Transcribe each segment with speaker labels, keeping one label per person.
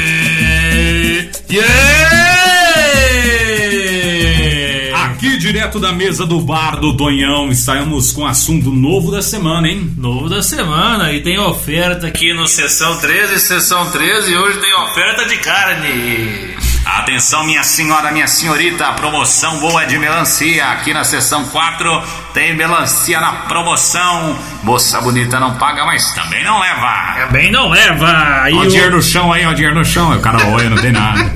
Speaker 1: Yeah! Yeah!
Speaker 2: Ah,
Speaker 1: Aqui direto da mesa do bar do Tonhão, saímos com assunto novo da semana, hein?
Speaker 2: Novo da semana e tem oferta aqui no Sessão 13, Sessão 13 e hoje tem oferta de carne.
Speaker 3: Atenção, minha senhora, minha senhorita, promoção boa de melancia. Aqui na seção 4 tem melancia na promoção. Moça bonita não paga, mas também não leva.
Speaker 2: Também É não leva. E,
Speaker 1: Ó, o
Speaker 2: o-
Speaker 1: dinheiro no chão aí, ó, o dinheiro no chão. Aí O cara olha, não tem nada.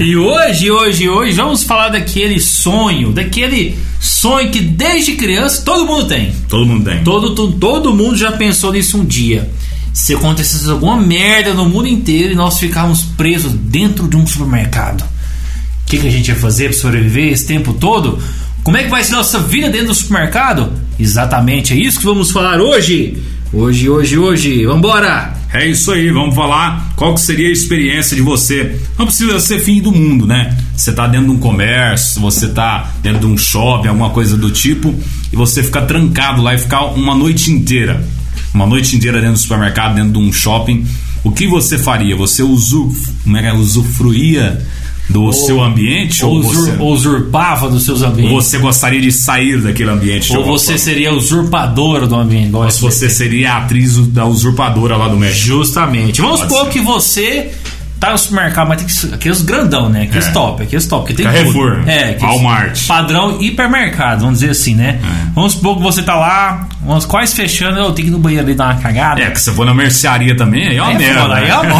Speaker 2: e hoje, hoje, hoje vamos falar daquele sonho, daquele sonho que desde criança todo mundo tem.
Speaker 1: Todo mundo tem.
Speaker 2: Todo, to- todo mundo já pensou nisso um dia. Se acontecesse alguma merda no mundo inteiro e nós ficarmos presos dentro de um supermercado, o que, que a gente ia fazer para sobreviver esse tempo todo? Como é que vai ser nossa vida dentro do supermercado? Exatamente, é isso que vamos falar hoje. Hoje, hoje, hoje. Vambora!
Speaker 1: É isso aí, vamos falar qual que seria a experiência de você. Não precisa ser fim do mundo, né? Você tá dentro de um comércio, você tá dentro de um shopping, alguma coisa do tipo, e você fica trancado lá e ficar uma noite inteira. Uma noite inteira dentro do supermercado, dentro de um shopping. O que você faria? Você usuf, como é que é? usufruía do seu ambiente? Ou,
Speaker 2: Usur-
Speaker 1: você,
Speaker 2: usurpava dos seus ambientes.
Speaker 1: você gostaria de sair daquele ambiente? de
Speaker 2: ou
Speaker 1: alguma
Speaker 2: você
Speaker 1: forma?
Speaker 2: seria usurpadora do ambiente. igual
Speaker 1: Ou você seria a atriz da usurpadora lá do México?
Speaker 2: Justamente. Vamos
Speaker 1: Pode
Speaker 2: supor
Speaker 1: ser.
Speaker 2: que você tá no supermercado, mas tem que ser aqueles grandão, né? Aqueles
Speaker 1: É.
Speaker 2: top, aqueles top. Que tem
Speaker 1: Carrefour,
Speaker 2: tudo. É, aqueles
Speaker 1: Walmart.
Speaker 2: Padrão hipermercado, vamos dizer assim, né?
Speaker 1: É.
Speaker 2: Vamos supor que você tá lá, umas quase fechando, eu tenho que ir no banheiro ali dar uma cagada.
Speaker 1: É, que você for na mercearia também, aí é uma
Speaker 2: Aí é
Speaker 1: merda.
Speaker 2: foda, aí é
Speaker 1: né?
Speaker 2: bom.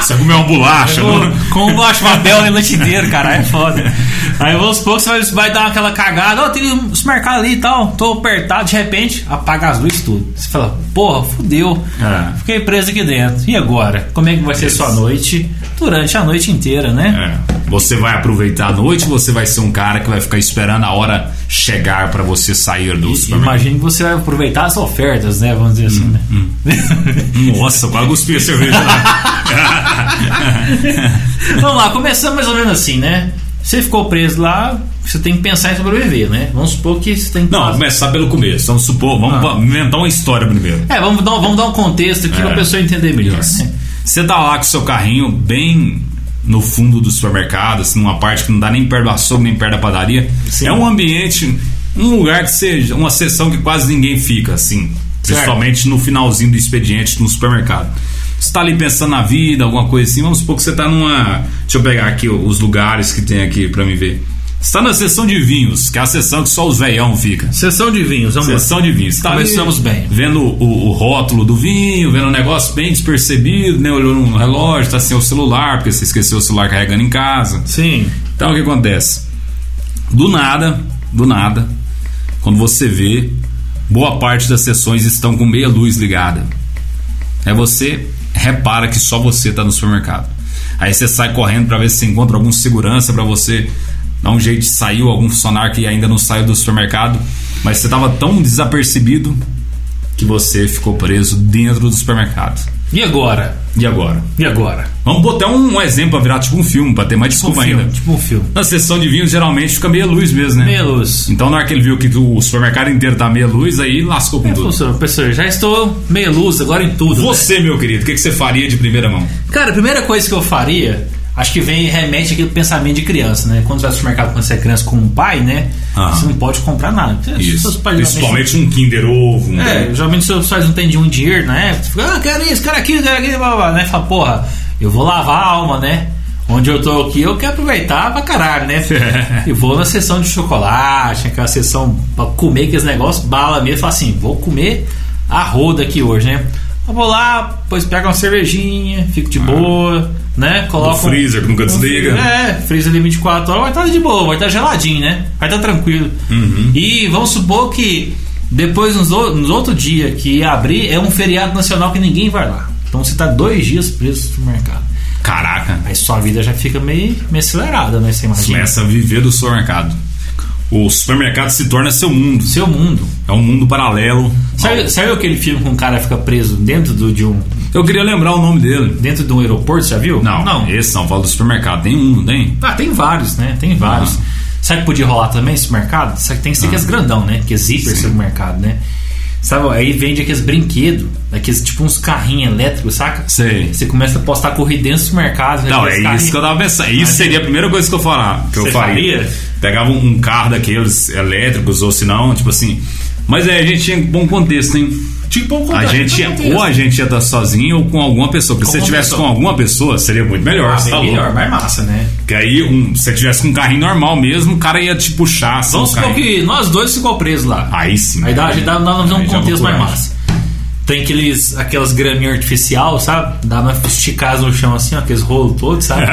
Speaker 1: Você comeu uma bolacha.
Speaker 2: Com-
Speaker 1: não-
Speaker 2: Com o Bachmabel na noite inteira, cara, aí é foda. Aí vamos supor que você vai, vai dar aquela cagada, ó, tem um supermercado ali e tal, tô apertado, de repente, apaga as luzes tudo. Você fala, porra, fudeu.
Speaker 1: É.
Speaker 2: Fiquei preso aqui dentro. E agora? Como é que vai ser sua noite? Durante a noite inteira, né?
Speaker 1: É. Você vai aproveitar a noite ou você vai ser um cara que vai ficar esperando a hora chegar pra você sair do supermercado?
Speaker 2: Imagino que você vai aproveitar as ofertas, né? Vamos dizer assim,
Speaker 1: Hum,
Speaker 2: né?
Speaker 1: Nossa, eu quase cuspi a cerveja. lá.
Speaker 2: Vamos lá, começando mais ou menos assim, né? Você ficou preso lá, você tem que pensar em sobreviver, né? Vamos supor que você tem que.
Speaker 1: Não, começar pelo começo. Vamos supor, vamos
Speaker 2: Ah.
Speaker 1: inventar uma história primeiro.
Speaker 2: É, vamos dar, vamos dar um contexto aqui pra
Speaker 1: É.
Speaker 2: pessoa entender melhor.
Speaker 1: Isso.
Speaker 2: Né?
Speaker 1: Você tá lá com o seu carrinho bem no fundo do supermercado, assim, numa parte que não dá nem perto do açougue, nem perto da padaria.
Speaker 2: Sim.
Speaker 1: É um ambiente, um lugar que seja, uma sessão que quase ninguém fica, assim.
Speaker 2: Certo.
Speaker 1: Principalmente no finalzinho do expediente no supermercado. Você tá ali pensando na vida, alguma coisa assim. Vamos supor que você tá numa. Deixa eu pegar aqui os lugares que tem aqui pra me ver. Você tá na sessão de vinhos, que é a sessão que só os veião fica.
Speaker 2: Sessão de vinhos, vamos lá.
Speaker 1: Sessão de vinhos. Tá ali
Speaker 2: Começamos bem.
Speaker 1: Vendo o, o rótulo do vinho, vendo o negócio bem despercebido, né? Olhou no relógio, tá sem o celular, porque você esqueceu o celular carregando em casa.
Speaker 2: Sim.
Speaker 1: Então o que acontece? Do nada, do nada, quando você vê, boa parte das sessões estão com meia luz ligada. Aí você repara que só você tá no supermercado. Aí você sai correndo para ver se encontra algum segurança para você dar um jeito de sair ou algum funcionário que ainda não saiu do supermercado, mas você tava tão desapercebido que você ficou preso dentro do supermercado.
Speaker 2: E agora?
Speaker 1: E agora?
Speaker 2: E agora?
Speaker 1: Vamos botar um, um exemplo pra virar tipo um filme, pra ter mais desculpa ainda.
Speaker 2: filme, tipo um filme.
Speaker 1: Na sessão de vinhos geralmente fica meia luz mesmo, né?
Speaker 2: Meia luz.
Speaker 1: Então na hora que ele viu que o supermercado inteiro tá meia luz, aí lascou com tudo.
Speaker 2: É, Funciona, professor, já estou meia luz agora em tudo. né?
Speaker 1: Você, meu querido, o que, que você faria de primeira mão?
Speaker 2: Cara, a primeira coisa que eu faria, acho que vem remete aquele pensamento de criança, né? Quando você vai ao supermercado quando você é criança com um pai, né?
Speaker 1: Aham.
Speaker 2: Você não pode comprar nada. Então, Seus pais
Speaker 1: Ah. Isso.
Speaker 2: geralmente-
Speaker 1: Principalmente um Kinder Ovo, um...
Speaker 2: É, geralmente seus pais não têm de um dinheiro na época. Você Fica, ah, quero isso, quero aquilo, quero aquilo, blá blá, blá, né? Fala, porra, eu vou lavar a alma, né? Onde eu tô aqui, eu quero aproveitar pra caralho, né? e vou na sessão de chocolate, aquela sessão pra comer aqueles negócios, bala mesmo. Fala assim, vou comer a roda aqui hoje, né? Eu vou lá, depois pego uma cervejinha, fico de boa, né? Coloco.
Speaker 1: Do freezer, que nunca
Speaker 2: um
Speaker 1: desliga.
Speaker 2: freezer- É, freezer ali 24 horas, vai estar de boa, vai estar geladinho, né? Vai estar tranquilo.
Speaker 1: Uhum.
Speaker 2: E vamos supor que depois, nos, ou- nos outro dia que abrir, é um feriado nacional que ninguém vai lá. Então você está dois dias preso no supermercado.
Speaker 1: Caraca,
Speaker 2: Aí sua vida já fica meio, meio acelerada, né? Você imagina.
Speaker 1: começa a viver do supermercado. O supermercado se torna seu mundo.
Speaker 2: Seu mundo.
Speaker 1: É um mundo paralelo.
Speaker 2: Sabe, sabe aquele filme com um cara fica preso dentro do, de um
Speaker 1: Eu queria lembrar o nome dele.
Speaker 2: dentro de um aeroporto, você já viu?
Speaker 1: Não,
Speaker 2: Não.
Speaker 1: esse não, fala do supermercado. Tem um, não tem?
Speaker 2: Ah, tem vários, né? Tem vários.
Speaker 1: Aham.
Speaker 2: Sabe o que podia rolar também esse mercado? Sabe que tem que ser que é grandão, né? Que é zíper esse mercado, né? Sabe, aí vende aqueles brinquedos, daqueles tipo uns carrinhos elétricos, saca?
Speaker 1: Sei.
Speaker 2: Você começa a postar corrida dentro do supermercado. vende
Speaker 1: Não, é
Speaker 2: aqueles
Speaker 1: isso
Speaker 2: carrinhos.
Speaker 1: que eu tava pensando. Isso
Speaker 2: Mas
Speaker 1: seria a primeira coisa que eu falar, que eu
Speaker 2: Você
Speaker 1: faria.
Speaker 2: faria?
Speaker 1: Pegava um um carro daqueles elétricos ou se não, tipo assim. Mas é, a gente tinha um bom contexto, hein?
Speaker 4: Tipo, um
Speaker 1: A
Speaker 4: contato,
Speaker 1: gente
Speaker 4: um
Speaker 1: ia,
Speaker 4: contexto.
Speaker 1: ou a gente ia estar sozinho ou com alguma pessoa. Porque se
Speaker 2: Com
Speaker 1: você
Speaker 2: uma
Speaker 1: tivesse
Speaker 2: pessoa.
Speaker 1: com alguma pessoa, seria muito melhor.
Speaker 2: Ah,
Speaker 1: você
Speaker 2: bem
Speaker 1: tá louco.
Speaker 2: melhor, mais massa, né?
Speaker 1: Porque aí, um, se você tivesse com um carrinho normal mesmo, o cara ia te puxar. Assim,
Speaker 2: Vamos
Speaker 1: um
Speaker 2: supor
Speaker 1: carrinho.
Speaker 2: que nós dois ficou presos lá.
Speaker 1: Aí sim.
Speaker 2: Então, Ah, Aí dá, a gente dá, dá, dá um
Speaker 1: Aí já é
Speaker 2: contexto mais
Speaker 1: loucura.
Speaker 2: massa. Tem aqueles, aquelas graminhas artificial, sabe? Dá uma esticada no chão assim, ó, aqueles rolos todos, sabe?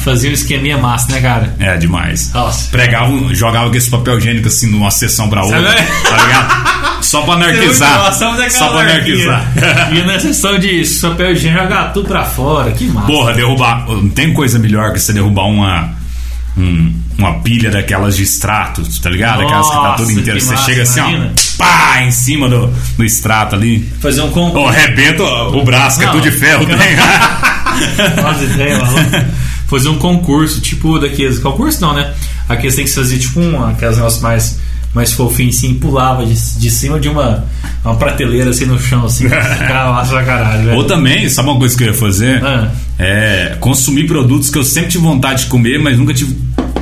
Speaker 2: Fazia um esqueminha massa, né, cara?
Speaker 1: É, demais.
Speaker 2: Nossa.
Speaker 1: Pregava, um- jogava aquele papel higiênico assim, de uma sessão pra outra.
Speaker 2: Sabe?
Speaker 1: Tá ligado? Só pra anarquizar.
Speaker 2: Nossa, mas é aquela
Speaker 1: Só pra
Speaker 2: larguinha.
Speaker 1: anarquizar.
Speaker 2: E na sessão de papel higiênico jogar tudo pra fora, que massa.
Speaker 1: Porra, derrubar. Não tem coisa melhor que você derrubar uma. um- uma pilha daquelas de extrato, tá ligado? Aquelas que tá
Speaker 2: Nossa,
Speaker 1: toda inteira.
Speaker 2: que
Speaker 1: Você
Speaker 2: massa,
Speaker 1: chega assim,
Speaker 2: imagina.
Speaker 1: ó. Pá! Em cima do, do extrato ali.
Speaker 2: Fazer um concurso.
Speaker 1: Ô, arrebenta o braço, que é
Speaker 2: Não,
Speaker 1: tudo de ferro.
Speaker 2: fica-
Speaker 1: né?
Speaker 2: Nossa, ideia, maluco. Fazer um concurso, tipo daqueles. Concurso não, né? Aqueles tem que fazer tipo um, aquelas negócios mais, mais fofinhos, assim, pulava de, de cima de uma, uma prateleira assim no chão, assim. Ficava massa pra caralho, velho.
Speaker 1: Ou também, sabe uma coisa que eu ia fazer?
Speaker 2: Ah.
Speaker 1: É consumir produtos que eu sempre tive vontade de comer, mas nunca tive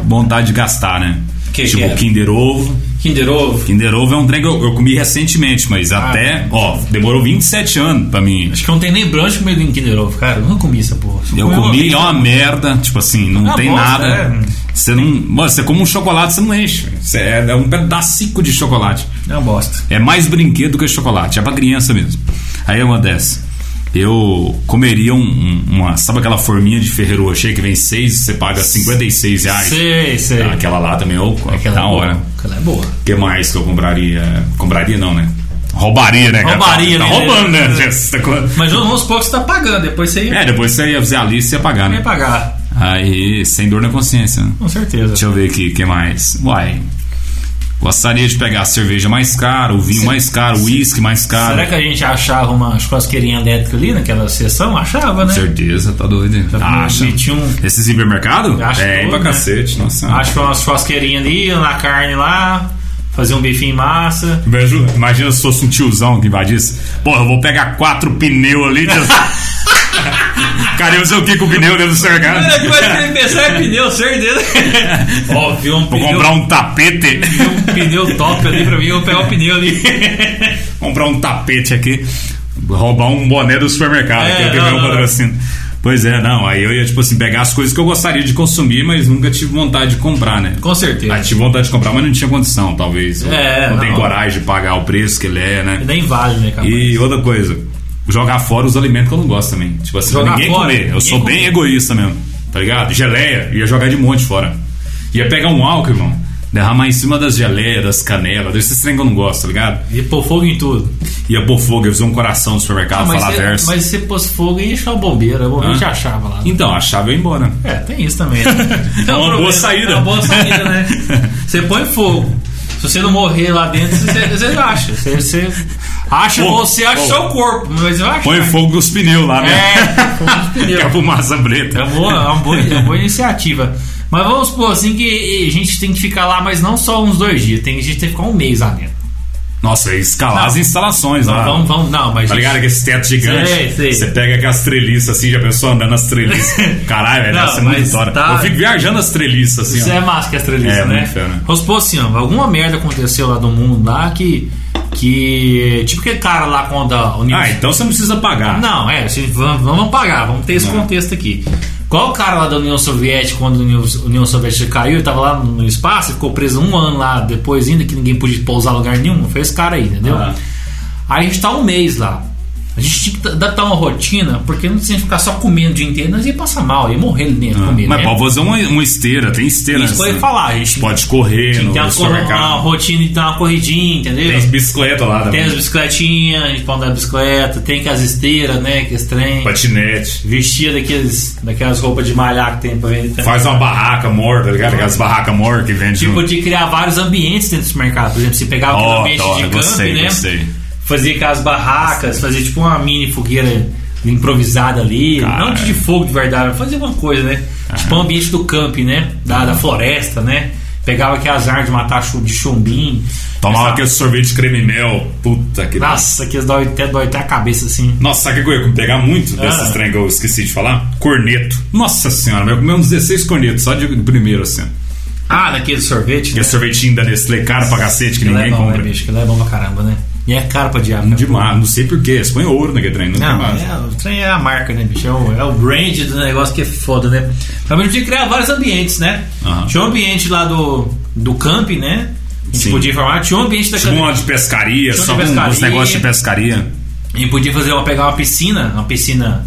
Speaker 1: vontade de gastar, né?
Speaker 2: Que
Speaker 1: tipo
Speaker 2: que é?
Speaker 1: Kinder Ovo.
Speaker 2: Kinder Ovo.
Speaker 1: Kinder Ovo é um trem que eu, eu comi recentemente, mas até, ó, demorou 27 anos pra mim.
Speaker 2: Ah. Acho que não tem nem brunch comigo em Kinder Ovo, cara. Eu não comi essa porra. Só
Speaker 1: Eu
Speaker 2: uma
Speaker 1: comi,
Speaker 2: vez. né?
Speaker 1: é uma merda, tipo assim, não
Speaker 2: Ah,
Speaker 1: tem
Speaker 2: bosta,
Speaker 1: nada.
Speaker 2: é.
Speaker 1: Você não. Mano, você come um chocolate, você não enche. Você é, é um pedacinho de chocolate.
Speaker 2: É uma bosta.
Speaker 1: É mais brinquedo que chocolate, é pra criança mesmo. Aí acontece. Eu comeria um- um- uma. Sabe aquela forminha de Ferreiro Rocher que vem seis, você paga 56 reais?
Speaker 2: Sei, sei.
Speaker 1: Ah, Aquela lá também, ou
Speaker 2: Aquela é
Speaker 1: da
Speaker 2: boa.
Speaker 1: hora.
Speaker 2: Aquela é boa.
Speaker 1: O que mais que eu compraria? Compraria não, né? Roubaria, né? cara?
Speaker 2: Roubaria,
Speaker 1: tá, tá
Speaker 2: né?
Speaker 1: roubando, né? Você tá co-
Speaker 2: Mas vamos supor que você tá pagando, depois você ia
Speaker 1: É, depois você ia fazer a lista e ia pagar,
Speaker 2: ia
Speaker 1: né?
Speaker 2: pagar.
Speaker 1: Aí, sem dor na consciência. né?
Speaker 2: Com certeza.
Speaker 1: Deixa eu ver aqui, o que mais? Uai. Gostaria de pegar a cerveja mais cara, o vinho mais caro, o uísque mais caro.
Speaker 2: Será que a gente achava uma churrasqueirinha elétrica ali naquela sessão? Achava, né?
Speaker 1: Certeza, tá doido.
Speaker 2: Tá com
Speaker 1: Acha.
Speaker 2: meti um-
Speaker 1: Esse cibermercado?
Speaker 2: Acho
Speaker 1: é,
Speaker 2: doido,
Speaker 1: pra
Speaker 2: né?
Speaker 1: cacete, nossa.
Speaker 2: Acho uma churrasqueirinha ali, na carne lá, fazer um bifinho em massa.
Speaker 1: Vejo- Imagina se fosse um tiozão que invadisse. Porra, eu vou pegar quatro pneus ali. tio. Cara, eu sei o que com o pneu dentro do cercado.
Speaker 2: pensar é pneu, certeza. Ó, viu um
Speaker 1: Vou
Speaker 2: pneu,
Speaker 1: comprar um tapete.
Speaker 2: vi um pneu top ali pra mim, eu vou pegar o pneu ali.
Speaker 1: comprar um tapete aqui. Roubar um boné do supermercado.
Speaker 2: É,
Speaker 1: que eu tenho
Speaker 2: não,
Speaker 1: meu
Speaker 2: não.
Speaker 1: patrocínio. Pois é, não. Aí eu ia, tipo assim, pegar as coisas que eu gostaria de consumir, mas nunca tive vontade de comprar, né?
Speaker 2: Com
Speaker 1: Ah,
Speaker 2: certeza.
Speaker 1: tive vontade de comprar, mas não tinha condição, talvez.
Speaker 2: É,
Speaker 1: não, tem
Speaker 2: não.
Speaker 1: coragem de pagar o preço que ele é, né?
Speaker 2: Nem vale, né, cara?
Speaker 1: E outra coisa, jogar fora os alimentos que eu não gosto também. Tipo assim,
Speaker 2: Jogar
Speaker 1: ninguém
Speaker 2: fora,
Speaker 1: comer. Eu
Speaker 2: ninguém
Speaker 1: sou bem
Speaker 2: comer.
Speaker 1: egoísta mesmo, tá ligado? Geleia, ia jogar de monte fora. Ia pegar um álcool, irmão. Derramar em cima das geleias, das canelas, desses trem que eu não gosto, tá ligado?
Speaker 2: E pôr fogo em tudo.
Speaker 1: Ia pôr fogo, ia fazer um coração no supermercado,
Speaker 2: Ah, mas,
Speaker 1: falar
Speaker 2: se,
Speaker 1: verso.
Speaker 2: mas se pôs fogo, ia achar o bombeiro. O bombeiro
Speaker 1: Hã?
Speaker 2: te achava lá.
Speaker 1: Então, a chave eu ia embora.
Speaker 2: É, tem isso também.
Speaker 1: É uma boa
Speaker 2: problema,
Speaker 1: saída.
Speaker 2: É uma boa saída, né? Você põe fogo. Se você não morrer lá dentro, você, você acha. Você, você acha,
Speaker 1: Pô,
Speaker 2: você acha
Speaker 1: pô.
Speaker 2: o seu corpo, mas eu acho.
Speaker 1: Põe fogo nos pneus lá, né?
Speaker 2: Ah. É, fogo nos pneus.
Speaker 1: Que a fumaça preta.
Speaker 2: É uma boa, é uma boa, é uma boa iniciativa. Mas vamos supor assim que a gente tem que ficar lá, mas não só uns dois dias, tem, a gente tem que ficar um mês lá dentro.
Speaker 1: Nossa, escalar
Speaker 2: Não.
Speaker 1: as instalações lá.
Speaker 2: Vamos, vamos, não, mas.
Speaker 1: Tá ligado? Aqueles tetos gigantes.
Speaker 2: Sei, sei.
Speaker 1: Você pega aquelas treliças assim, já pensou andando nas treliças. Caralho, velho,
Speaker 2: Não,
Speaker 1: essa é muito
Speaker 2: mas
Speaker 1: história.
Speaker 2: tá-
Speaker 1: Eu fico viajando as treliças assim,
Speaker 2: Isso
Speaker 1: ó.
Speaker 2: é máscara estrelista,
Speaker 1: É,
Speaker 2: né?
Speaker 1: muito feio, né?
Speaker 2: Vamos supor assim, ó, alguma merda aconteceu lá do mundo lá que. que tipo aquele cara lá quando a o Nilson-
Speaker 1: Ah, É. então você não precisa pagar.
Speaker 2: Não, é, se- vamos, vamos apagar, vamos ter esse contexto aqui. Qual o cara lá da União Soviética, quando a União, a União Soviética caiu, ele tava lá no espaço e ficou preso um ano lá depois, ainda que ninguém podia pousar em lugar nenhum? Foi esse cara aí, entendeu?
Speaker 1: Ah.
Speaker 2: Aí a gente tá um mês lá. A gente tinha que adaptar uma rotina, porque não tinha que ficar só comendo o dia inteiro, nós ia passar mal, ia morrer ali dentro comendo.
Speaker 1: Ah, Mas
Speaker 2: né?
Speaker 1: pode fazer uma, uma esteira, tem esteira.
Speaker 2: Isso que eu ia
Speaker 1: assim.
Speaker 2: falar, a gente
Speaker 1: Pode correr
Speaker 2: tem uma,
Speaker 1: no
Speaker 2: cor- uma
Speaker 1: supermercado.
Speaker 2: rotina de dar uma corridinha, entendeu?
Speaker 1: Tem as bicicletas lá
Speaker 2: Tem as
Speaker 1: também.
Speaker 2: bicicletinhas, a gente pode andar de bicicleta, tem que as esteiras, né? Que esse trem.
Speaker 1: Patinete.
Speaker 2: Vestia daqueles, daquelas roupas de malhar que tem pra vender. também.
Speaker 1: Faz uma barraca morta, tá ligado? Aquelas barracas mortas que vende.
Speaker 2: Tipo,
Speaker 1: no...
Speaker 2: de criar vários ambientes dentro do supermercado. Por exemplo, você pegava aquele
Speaker 1: Ó,
Speaker 2: ambiente
Speaker 1: da hora,
Speaker 2: de camping,
Speaker 1: gostei,
Speaker 2: né?
Speaker 1: gostei.
Speaker 2: Fazia aquelas barracas, fazia tipo uma mini fogueira improvisada ali.
Speaker 1: Caralho.
Speaker 2: Não de fogo de verdade, fazia alguma coisa, né? Tipo o ambiente do camping, né? Da, da floresta, né? Pegava aquelas armas de matar chu- de chumbim.
Speaker 1: Tomava aquele sorvete de creme e mel. Puta que
Speaker 2: Nossa, que dói até, dói até a cabeça assim.
Speaker 1: Nossa, sabe o que eu ia pegar muito desses
Speaker 2: Ah.
Speaker 1: trem que eu esqueci de falar? Corneto. Nossa senhora, meu, eu comi uns 16 cornetos só de primeiro, assim.
Speaker 2: Ah, daquele sorvete.
Speaker 1: Aquele sorvetinho da Nestlé, caro pra cacete, que ninguém
Speaker 2: é bom,
Speaker 1: compra. Um
Speaker 2: né, bicho? Que é bom pra caramba, né? E é caro pra diabo. né?
Speaker 1: Demais, não sei porquê, eles põem ouro naquele trem, não, tem
Speaker 2: Não,
Speaker 1: mais.
Speaker 2: é, o trem é a marca, né, bicho? É o, é o brand do negócio que é foda, né? Também podia criar vários ambientes, né?
Speaker 1: Aham.
Speaker 2: Tinha um ambiente lá do, do camping, né? A gente
Speaker 1: Sim.
Speaker 2: podia informar, tinha um ambiente da
Speaker 1: Tinha um
Speaker 2: academia.
Speaker 1: de pescaria,
Speaker 2: Tinha um
Speaker 1: só
Speaker 2: de
Speaker 1: uns
Speaker 2: pescaria.
Speaker 1: negócios de pescaria.
Speaker 2: A gente podia fazer uma, pegar uma piscina, uma piscina,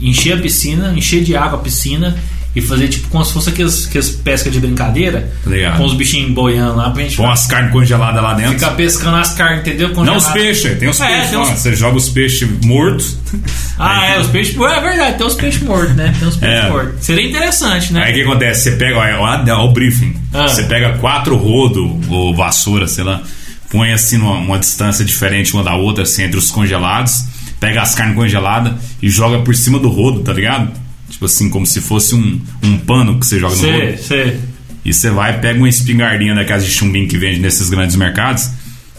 Speaker 2: encher a piscina, encher de água a piscina e fazer tipo como se fosse aqueles, aqueles pesca de brincadeira
Speaker 1: Legal.
Speaker 2: com os bichinhos boiando lá pra gente
Speaker 1: Com as carnes congeladas lá dentro.
Speaker 2: ficar pescando as carnes, entendeu?
Speaker 1: Não os
Speaker 2: Congelado.
Speaker 1: peixes, tem os
Speaker 2: É,
Speaker 1: peixes.
Speaker 2: tem
Speaker 1: lá.
Speaker 2: uns-
Speaker 1: Você joga os peixes mortos.
Speaker 2: Ah, é, os peixes. É verdade, tem os peixes mortos, né? Tem os peixes
Speaker 1: É.
Speaker 2: mortos. Seria interessante, né?
Speaker 1: Aí o que acontece? Você pega, olha, olha, olha o briefing.
Speaker 2: Ah.
Speaker 1: Você pega quatro rodo ou vassoura, sei lá, põe assim numa uma distância diferente uma da outra, assim, entre os congelados, pega as carnes congeladas e joga por cima do rodo, tá ligado? Tipo assim, como se fosse um, um pano que você joga no
Speaker 2: Você,
Speaker 1: rodo.
Speaker 2: você.
Speaker 1: E você vai, pega uma espingardinha daquelas de chumbinho que vende nesses grandes mercados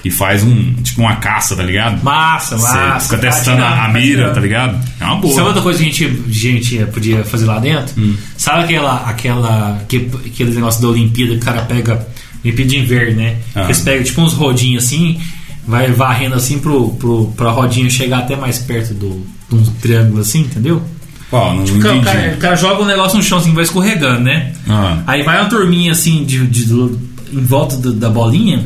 Speaker 1: e faz um, tipo uma caça, tá ligado?
Speaker 2: Massa, massa.
Speaker 1: Você fica
Speaker 2: Tá
Speaker 1: testando
Speaker 2: tirando,
Speaker 1: a
Speaker 2: tá
Speaker 1: mira,
Speaker 2: tirando.
Speaker 1: tá ligado? É uma boa.
Speaker 2: Sabe outra coisa que a gente, gente podia fazer lá dentro?
Speaker 1: Hum.
Speaker 2: Sabe aquela, aquela, aquele, aquele negócio da Olimpíada que o cara pega. Olimpíada de inverno, né?
Speaker 1: Ah.
Speaker 2: Eles pegam tipo uns rodinhos assim, vai varrendo assim pro, pro, pra rodinha chegar até mais perto do, de um triângulo assim, entendeu?
Speaker 1: Ó, não
Speaker 2: O cara, o
Speaker 1: entendi.
Speaker 2: cara- o cara joga um negócio no chão assim, vai escorregando, né?
Speaker 1: Ah.
Speaker 2: Aí vai uma turminha assim de, de- do- em volta do- da bolinha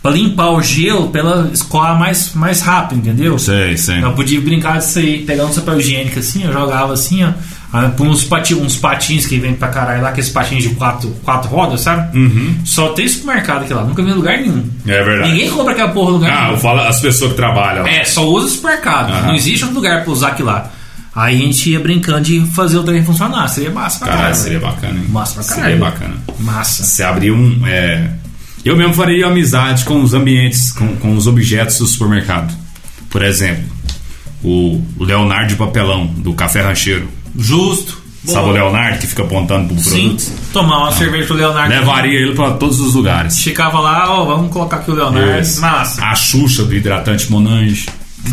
Speaker 2: pra limpar o gelo pra ela escoar mais, mais rápido, entendeu?
Speaker 1: Sei, sei.
Speaker 2: Eu podia brincar disso aí, pegar um papel higiênico assim, eu jogava assim, ó. Aí põe uns, pati- uns patins que vem pra caralho lá, aqueles patins de quatro, quatro rodas, sabe? Só tem supermercado aqui lá, nunca vi em lugar nenhum.
Speaker 1: Uhum. É verdade.
Speaker 2: Ninguém compra aquela porra em lugar
Speaker 1: Ah,
Speaker 2: nenhum.
Speaker 1: eu falo as pessoas que trabalham. lá.
Speaker 2: É, só usa o supermercado.
Speaker 1: Aham.
Speaker 2: Não existe outro lugar pra usar aquilo lá. Aí a gente ia brincando de fazer o trem funcionar. Seria massa pra
Speaker 1: Caralho,
Speaker 2: caralho.
Speaker 1: seria bacana, hein?
Speaker 2: Massa pra caralho.
Speaker 1: Seria bacana.
Speaker 2: Massa.
Speaker 1: Você abrir um. é, Eu mesmo faria amizade com os ambientes, com, com os objetos do supermercado. Por exemplo, o o Leonardo de Papelão, do Café Rancheiro.
Speaker 2: Justo.
Speaker 1: Sabe o
Speaker 2: Boa.
Speaker 1: Leonardo que fica apontando pro
Speaker 2: Sim.
Speaker 1: produto? Né,
Speaker 2: Tomar uma cerveja com o Leonardo.
Speaker 1: Levaria ele pra todos os lugares.
Speaker 2: Ficava lá, ó, vamos colocar aqui o Leonardo.
Speaker 1: Isso.
Speaker 2: Massa.
Speaker 1: A Xuxa do hidratante Monange.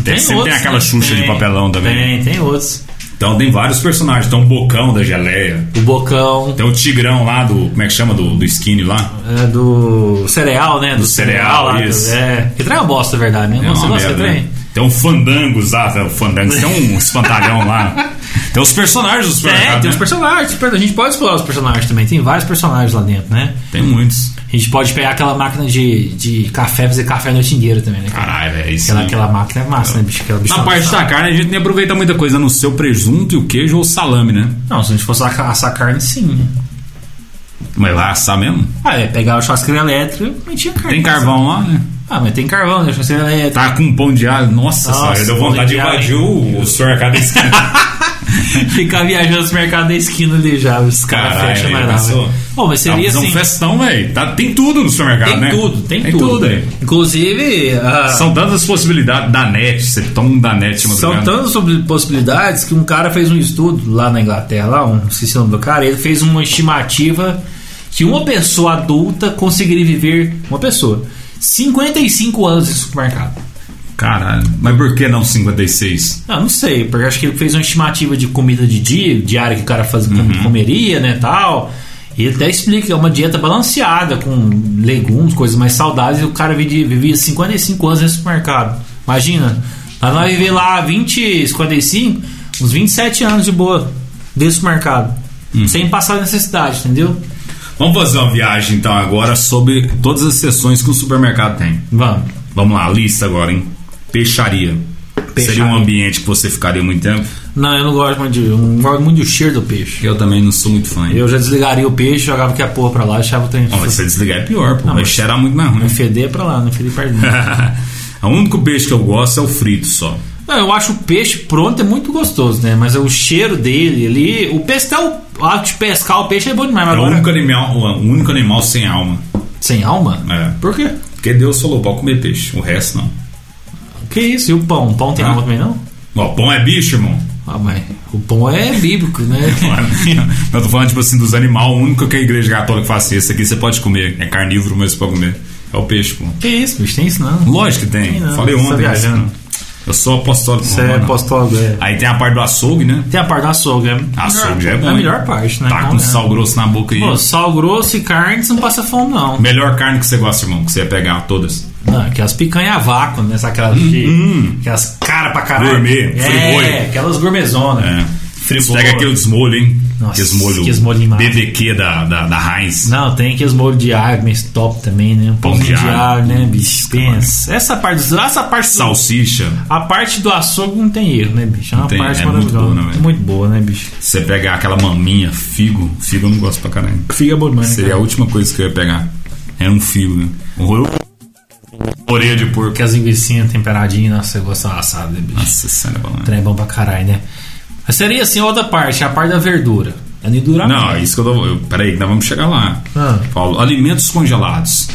Speaker 1: Tem, sempre tem
Speaker 2: outros,
Speaker 1: aquela
Speaker 2: né?
Speaker 1: Xuxa de
Speaker 2: Tem,
Speaker 1: papelão também.
Speaker 2: Tem, tem outros.
Speaker 1: Então tem vários personagens. Tem o Bocão da Geleia.
Speaker 2: O Bocão,
Speaker 1: Tem o Tigrão lá do. Como é que chama? Do, do Skinny lá.
Speaker 2: é, do cereal, né? Do,
Speaker 1: cereal,
Speaker 2: lá. do-
Speaker 1: isso.
Speaker 2: é. Que trem é uma bosta, na verdade, né?
Speaker 1: É
Speaker 2: Você
Speaker 1: uma
Speaker 2: gosta de
Speaker 1: merda,
Speaker 2: trem?
Speaker 1: né? Tem um fandangos lá, tem um fandangos, tem um espantalhão lá. Tem os personagens
Speaker 2: É,
Speaker 1: dos supermercados,
Speaker 2: tem os
Speaker 1: né?
Speaker 2: personagens. A gente pode explorar os personagens também. Tem vários personagens lá dentro, né?
Speaker 1: Tem muitos.
Speaker 2: A gente pode pegar aquela máquina de, de café, fazer café a noite inteira também, né? cara?
Speaker 1: Caralho, é isso.
Speaker 2: Aquela,
Speaker 1: né?
Speaker 2: aquela máquina é massa, né, bicho? Aquela bicho
Speaker 1: Na parte da carne, a gente nem aproveita muita coisa, a não ser o presunto e o queijo ou o salame, né?
Speaker 2: Não, se a gente fosse assar assar carne, sim. né?
Speaker 1: Mas vai assar mesmo?
Speaker 2: Ah, é, pegar o churrasqueira elétrica e metia carne.
Speaker 1: Tem carvão lá, né?
Speaker 2: Ah, mas tem carvão, né? Churrasqueira elétrica.
Speaker 1: Tá com um pão de alho. Nossa,
Speaker 2: Nossa,
Speaker 1: senhora, deu
Speaker 2: pão
Speaker 1: vontade de
Speaker 2: de alho,
Speaker 1: invadir
Speaker 2: hein?
Speaker 1: o, o supermercado da esquina.
Speaker 2: Ficar viajando no mercado da esquina ali já, os caras
Speaker 1: Caralho,
Speaker 2: fecham
Speaker 1: aí,
Speaker 2: mais nada.
Speaker 1: pensou?
Speaker 2: velho. Bom, mas seria
Speaker 1: É um
Speaker 2: assim.
Speaker 1: festão, velho. Tá, tem tudo no supermercado,
Speaker 2: Tem
Speaker 1: né? é.
Speaker 2: tudo, tem, tudo.
Speaker 1: aí.
Speaker 2: Inclusive, ah, a-
Speaker 1: São tantas possibilidades da net. Você toma um da net, de
Speaker 2: São
Speaker 1: madrugada.
Speaker 2: tantas sobre- possibilidades que um cara fez um estudo lá na Inglaterra, lá, um, esqueci o nome do cara, ele fez uma estimativa que uma pessoa adulta conseguiria viver, uma pessoa, 55 anos em supermercado.
Speaker 1: Caralho. Mas por que não 56?
Speaker 2: Ah, não sei, porque acho que ele fez uma estimativa de comida de dia, diária que o cara faz, comeria, né, tal. E ele até explica, que é uma dieta balanceada, com legumes, coisas mais saudáveis, e o cara vivia, vivia 55 anos nesse supermercado. Imagina, pra nós viver lá 20, 55, uns 27 anos de boa desse supermercado. Sem passar necessidade, entendeu?
Speaker 1: Vamos fazer uma viagem então agora sobre todas as sessões que o supermercado tem.
Speaker 2: Vamos.
Speaker 1: Vamos lá, lista agora, hein? Peixaria.
Speaker 2: Peixaria.
Speaker 1: Seria um ambiente que você ficaria muito tempo?
Speaker 2: Não, eu não gosto muito de, eu não gosto muito do cheiro do peixe.
Speaker 1: Eu também não sou muito fã. hein?
Speaker 2: Eu já desligaria o peixe, jogava que a porra pra lá, deixava o trem.
Speaker 1: Não, mas se você desligar é pior, pô.
Speaker 2: Não,
Speaker 1: vai
Speaker 2: mas-
Speaker 1: cheirar muito mais ruim.
Speaker 2: Não feder pra lá, não feder pra dentro.
Speaker 1: o único peixe que eu gosto é o frito só.
Speaker 2: Não, eu acho o peixe pronto é muito gostoso, né? Mas é o cheiro dele ali. O peixe até o o ato de pescar o peixe é bom demais, mas
Speaker 1: É o
Speaker 2: agora.
Speaker 1: único animal, o único animal sem alma.
Speaker 2: Sem alma?
Speaker 1: É.
Speaker 2: Por quê?
Speaker 1: Porque Deus falou pode comer peixe, o resto não.
Speaker 2: Que isso? E o pão? O pão tem
Speaker 1: Ah.
Speaker 2: alma também, não?
Speaker 1: Ó, pão é bicho, irmão.
Speaker 2: Ah, mas o pão é bíblico, né?
Speaker 1: Mas eu tô falando, tipo assim, dos animais, o único que a igreja católica faz assim, esse aqui você pode comer. É carnívoro, mas você pode comer. É o peixe, pô.
Speaker 2: Que isso, bicho? Tem isso não.
Speaker 1: Lógico que tem.
Speaker 2: Tem não,
Speaker 1: Falei
Speaker 2: você tá
Speaker 1: ontem. isso,
Speaker 2: viajando.
Speaker 1: né? Eu sou apostólico.
Speaker 2: Você é
Speaker 1: romano.
Speaker 2: apostólogo, é.
Speaker 1: Aí tem a parte do açougue, né?
Speaker 2: Tem a parte da açougue. é
Speaker 1: Açougue
Speaker 2: melhor-
Speaker 1: já é bom.
Speaker 2: a
Speaker 1: hein?
Speaker 2: melhor parte, né?
Speaker 1: Tá
Speaker 2: Então,
Speaker 1: com
Speaker 2: né?
Speaker 1: sal grosso na boca aí.
Speaker 2: Pô, sal grosso e carne, você não passa fome, não.
Speaker 1: Melhor carne que você gosta, irmão, que você ia pegar todas.
Speaker 2: Não, é aquelas picanha a vácuo, né? Sabe Aquelas, que- aquelas cara pra caralho.
Speaker 1: Uhum. Gourmet,
Speaker 2: é,
Speaker 1: friboi.
Speaker 2: aquelas gourmetzonas.
Speaker 1: É. Você
Speaker 2: Friboi.
Speaker 1: pega aquele desmolho, hein?
Speaker 2: Nossa,
Speaker 1: Aqueles molho
Speaker 2: que esmolho demais.
Speaker 1: BBQ da, da, da Heinz.
Speaker 2: Não, tem aqueles molhos de alho, mas top também, né? Um
Speaker 1: Pão
Speaker 2: pãozinho
Speaker 1: de
Speaker 2: de
Speaker 1: alho.
Speaker 2: alho, né, bicho?
Speaker 1: Cara.
Speaker 2: Pensa. Essa parte do essa parte do-
Speaker 1: Salsicha.
Speaker 2: A parte do açougue não tem erro, né, bicho? É uma
Speaker 1: tem,
Speaker 2: parte
Speaker 1: é muito
Speaker 2: maravilhosa.
Speaker 1: boa, né, velho?
Speaker 2: muito boa, né, bicho?
Speaker 1: Você pega aquela maminha, figo. Figo eu não gosto pra caralho.
Speaker 2: Fica bom demais. né,
Speaker 1: Seria a
Speaker 2: cara?
Speaker 1: última coisa que eu ia pegar. Era um figo, né? Um rolo. Orelha de porco.
Speaker 2: Porque as linguiçinhas temperadinhas, nossa, eu gosto da assada, né, bicho?
Speaker 1: Nossa, isso é bom, né?
Speaker 2: Trem é bom pra caralho, né? Mas seria assim a outra parte, a parte da verdura. É nem durar
Speaker 1: Não, é isso que eu dou. Eu, peraí, que nós vamos chegar lá.
Speaker 2: Ah.
Speaker 1: Paulo, alimentos congelados.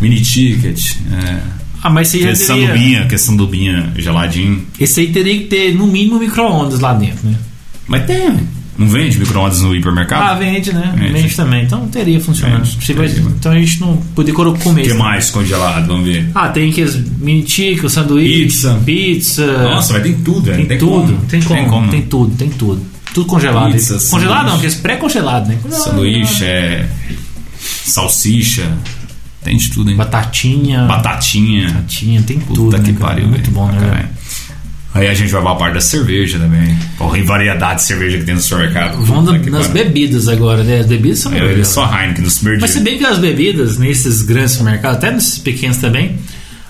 Speaker 1: Mini ticket. É,
Speaker 2: Ah, mas você já
Speaker 1: questão do
Speaker 2: teria...
Speaker 1: binha, questão do binha geladinho.
Speaker 2: Esse aí teria que ter no mínimo um micro-ondas lá dentro, né?
Speaker 1: Mas tem. Não vende micro-ondas no
Speaker 2: Ah,
Speaker 1: hipermercado?
Speaker 2: vende, né?
Speaker 1: Vende.
Speaker 2: Vende, também. Então teria funcionado.
Speaker 1: Vende,
Speaker 2: Você vai-
Speaker 1: teria.
Speaker 2: Então a gente não poderia comer.
Speaker 1: o que
Speaker 2: isso.
Speaker 1: mais congelado? Vamos ver.
Speaker 2: Ah, tem aqueles mini ticos, sanduíche,
Speaker 1: Pizza.
Speaker 2: pizza.
Speaker 1: Nossa, mas tem tudo, velho.
Speaker 2: É. tem,
Speaker 1: Tem
Speaker 2: tudo.
Speaker 1: como.
Speaker 2: Tem como. Tem,
Speaker 1: como.
Speaker 2: tudo, tem tudo. Tudo congelado.
Speaker 1: Pizza,
Speaker 2: congelado não,
Speaker 1: sanduíche.
Speaker 2: aqueles pré-congelado, né?
Speaker 1: Sanduíche, é, salsicha. Tem de tudo, hein?
Speaker 2: Batatinha.
Speaker 1: Batatinha.
Speaker 2: Batatinha, tem tudo.
Speaker 1: Puta
Speaker 2: né,
Speaker 1: que
Speaker 2: cara?
Speaker 1: pariu.
Speaker 2: Muito
Speaker 1: velho.
Speaker 2: bom, né?
Speaker 1: Caralho.
Speaker 2: velho?
Speaker 1: Aí a gente vai pra parte da cerveja também. Porra, e variedade de cerveja que tem no supermercado.
Speaker 2: Vamos
Speaker 1: Puta
Speaker 2: na-
Speaker 1: que
Speaker 2: nas
Speaker 1: pariu.
Speaker 2: bebidas agora, né? As bebidas são
Speaker 1: Eu, eu
Speaker 2: maravilhosas.
Speaker 1: só Heineken nos primeiros
Speaker 2: Mas se
Speaker 1: dias.
Speaker 2: bem que as bebidas, nesses grandes supermercados, até nesses pequenos também,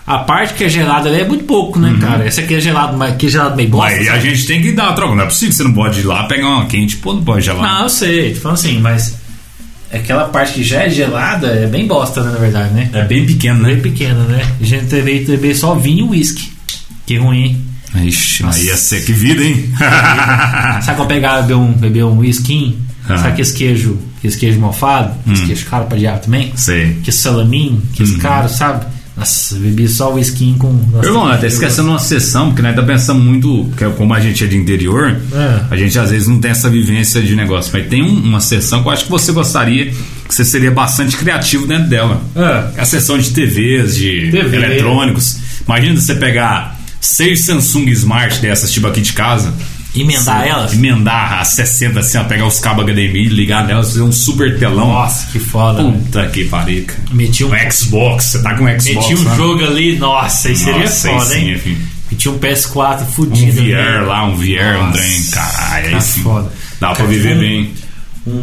Speaker 2: a parte que é gelada ali é muito pouco, né, cara? Essa aqui é gelado, mas aqui é gelado meio bosta.
Speaker 1: Uhum. Mas a gente tem que dar uma troca. Não é possível que você não pode ir lá pegar uma quente. Pô, não pode gelar.
Speaker 2: Não, eu sei, tô falando assim, mas aquela parte que já é gelada é bem bosta, né, na verdade, né?
Speaker 1: É bem pequeno,
Speaker 2: Bem pequena, né? A gente teve que beber só vinho e uísque. Que ruim, hein?
Speaker 1: Ixi, mas ia ser que vida, hein?
Speaker 2: Sabe quando eu pegar e beber um, beber um whisky?
Speaker 1: Ah. Hum.
Speaker 2: Sabe aquele queijo, aquele queijo mofado? Aquele queijo caro pra diabo também?
Speaker 1: Sei.
Speaker 2: Que salaminho, que
Speaker 1: Hum.
Speaker 2: caro, sabe? Nossa, eu bebi só o whisky com... nossa,
Speaker 1: Irmão,
Speaker 2: que
Speaker 1: até
Speaker 2: gostoso.
Speaker 1: esquecendo uma sessão, porque nós tá pensando muito, porque como a gente é de interior,
Speaker 2: É.
Speaker 1: a gente às vezes não tem essa vivência de negócio. Mas tem um- uma sessão que eu acho que você gostaria, que você seria bastante criativo dentro dela.
Speaker 2: É.
Speaker 1: A sessão de TVs, de
Speaker 2: TV.
Speaker 1: eletrônicos. Imagina você pegar seis Samsung Smart dessas, tipo aqui de casa.
Speaker 2: Emendar
Speaker 1: Sim.
Speaker 2: elas?
Speaker 1: Emendar as 60, assim, ó, pegar os cabos HDMI, ligar nelas, fazer um super telão.
Speaker 2: Nossa, que foda. né?
Speaker 1: Puta que pariu. cara.
Speaker 2: Meti um,
Speaker 1: Um Xbox, você tá com um Xbox.
Speaker 2: meti um
Speaker 1: né?
Speaker 2: jogo ali, nossa, aí seria
Speaker 1: Nossa, aí
Speaker 2: foda,
Speaker 1: sim, é
Speaker 2: hein?
Speaker 1: enfim.
Speaker 2: Meti um PS4
Speaker 1: Um
Speaker 2: fudido. né?
Speaker 1: VR lá, um VR, um
Speaker 2: Nossa,
Speaker 1: trem, caralho, aí
Speaker 2: tá
Speaker 1: sim.
Speaker 2: foda.
Speaker 1: Dá pra
Speaker 2: Cara,
Speaker 1: viver
Speaker 2: um-
Speaker 1: bem.
Speaker 2: Um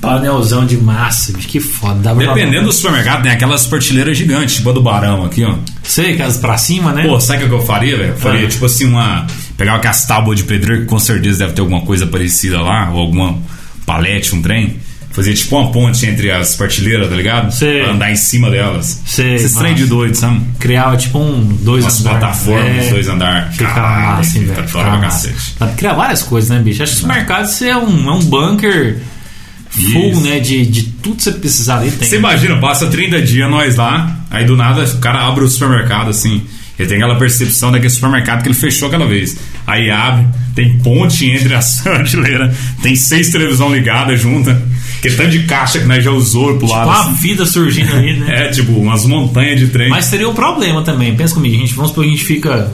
Speaker 2: painelzão de massa, bicho, que foda. Dá pra-
Speaker 1: Dependendo do supermercado, tem aquelas prateleiras gigantes, tipo a do Barão aqui, ó.
Speaker 2: Sei, aquelas pra cima, né?
Speaker 1: Pô, sabe o que eu faria, velho? Eu Faria
Speaker 2: Ah.
Speaker 1: tipo assim uma. Pegar aquelas tábuas de pedreiro, que com certeza deve ter alguma coisa parecida lá, ou alguma palete, um trem. Fazer tipo uma ponte entre as prateleiras, tá ligado?
Speaker 2: Sei.
Speaker 1: Pra andar em cima delas.
Speaker 2: Sei,
Speaker 1: Esses trem
Speaker 2: massa.
Speaker 1: de doido, sabe?
Speaker 2: Criar tipo um, dois
Speaker 1: Umas
Speaker 2: andares.
Speaker 1: plataformas,
Speaker 2: É.
Speaker 1: dois andares.
Speaker 2: Fica assim, velho.
Speaker 1: Tá fora
Speaker 2: fica
Speaker 1: pra
Speaker 2: massa.
Speaker 1: cacete. Ah.
Speaker 2: Dá pra criar várias coisas, né, bicho? Acho que o mercado isso é um, é um bunker full,
Speaker 1: Isso.
Speaker 2: né? De, de tudo que você precisar ali tem.
Speaker 1: Você imagina, passa 30 dias nós lá, aí do nada o cara abre o supermercado assim. Ele tem aquela percepção daquele supermercado que ele fechou aquela vez. Aí abre, tem ponte entre as prateleiras, tem seis televisão ligadas junta, que tanto de caixa que nós já usou pro lado.
Speaker 2: Uma
Speaker 1: assim.
Speaker 2: Tipo, vida surgindo ali, né?
Speaker 1: É, tipo, umas montanhas de trem.
Speaker 2: Mas seria um problema também. Pensa comigo, gente. Vamos supor que a gente fica.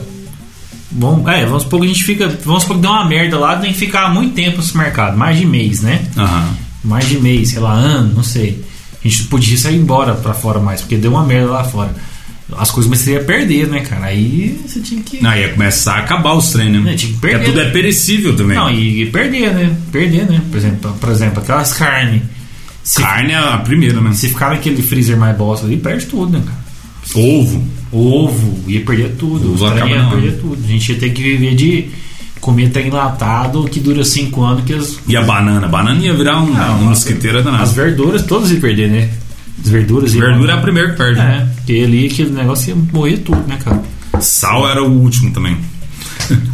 Speaker 2: Bom, é, vamos supor que a gente fica. Vamos supor que deu uma merda lá, tem que ficar muito tempo nesse mercado. Mais de mês, né?
Speaker 1: Aham.
Speaker 2: mais de mês, sei lá, ano, não sei. A gente podia sair embora pra fora mais, porque deu uma merda lá fora. As coisas começaria a perder, né, cara? Aí você tinha que. Não,
Speaker 1: Aí ia começar a acabar os trem, né?
Speaker 2: É, tinha que
Speaker 1: Porque
Speaker 2: perder.
Speaker 1: tudo é perecível também.
Speaker 2: e, e perder, né? Perder, né? Por exemplo, por exemplo aquelas carnes. Se,
Speaker 1: Carne é a primeira, né?
Speaker 2: se ficar naquele freezer mais bosta ali, perde tudo, né, cara?
Speaker 1: Ovo.
Speaker 2: Ovo, ia perder tudo.
Speaker 1: Ovo
Speaker 2: Os trem
Speaker 1: acaba
Speaker 2: ia
Speaker 1: não, né?
Speaker 2: perder tudo. A gente ia ter que viver de comer trem enlatado que dura cinco anos, que as,
Speaker 1: E a banana. Banana ia virar um, um mosquiteiro danado.
Speaker 2: as verduras todas iam perder, né? As verduras iam.
Speaker 1: Verdura é a primeira que perde.
Speaker 2: É, porque ali aquele negócio ia morrer tudo, né, cara?
Speaker 1: Sal era o último também.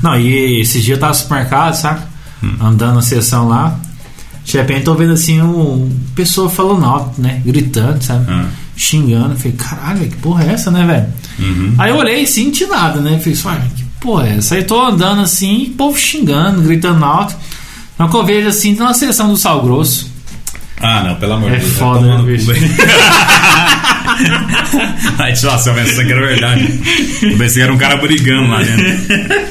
Speaker 2: Não, e esses dias eu tava no supermercado, saca?
Speaker 1: Hum.
Speaker 2: Andando na sessão lá. De repente eu tô vendo assim um pessoa falando alto, né? Gritando, sabe?
Speaker 1: Ah.
Speaker 2: Xingando. Eu Falei, caralho, velho, que porra é essa, né, velho?
Speaker 1: Uhum.
Speaker 2: Aí eu olhei assim, não tinha nada, né? Falei, uai, que porra é essa? Aí eu tô andando assim, e o povo xingando, gritando alto. Na hora que eu vejo assim, tá na sessão do sal grosso.
Speaker 1: Ah, não, pelo amor de
Speaker 2: É
Speaker 1: Deus. vai
Speaker 2: foda,
Speaker 1: tomar no
Speaker 2: né,
Speaker 1: cu,
Speaker 2: bicho?
Speaker 1: velho. Aí tira só, mas isso aqui era verdade. Eu pensei que era um cara brigando lá dentro.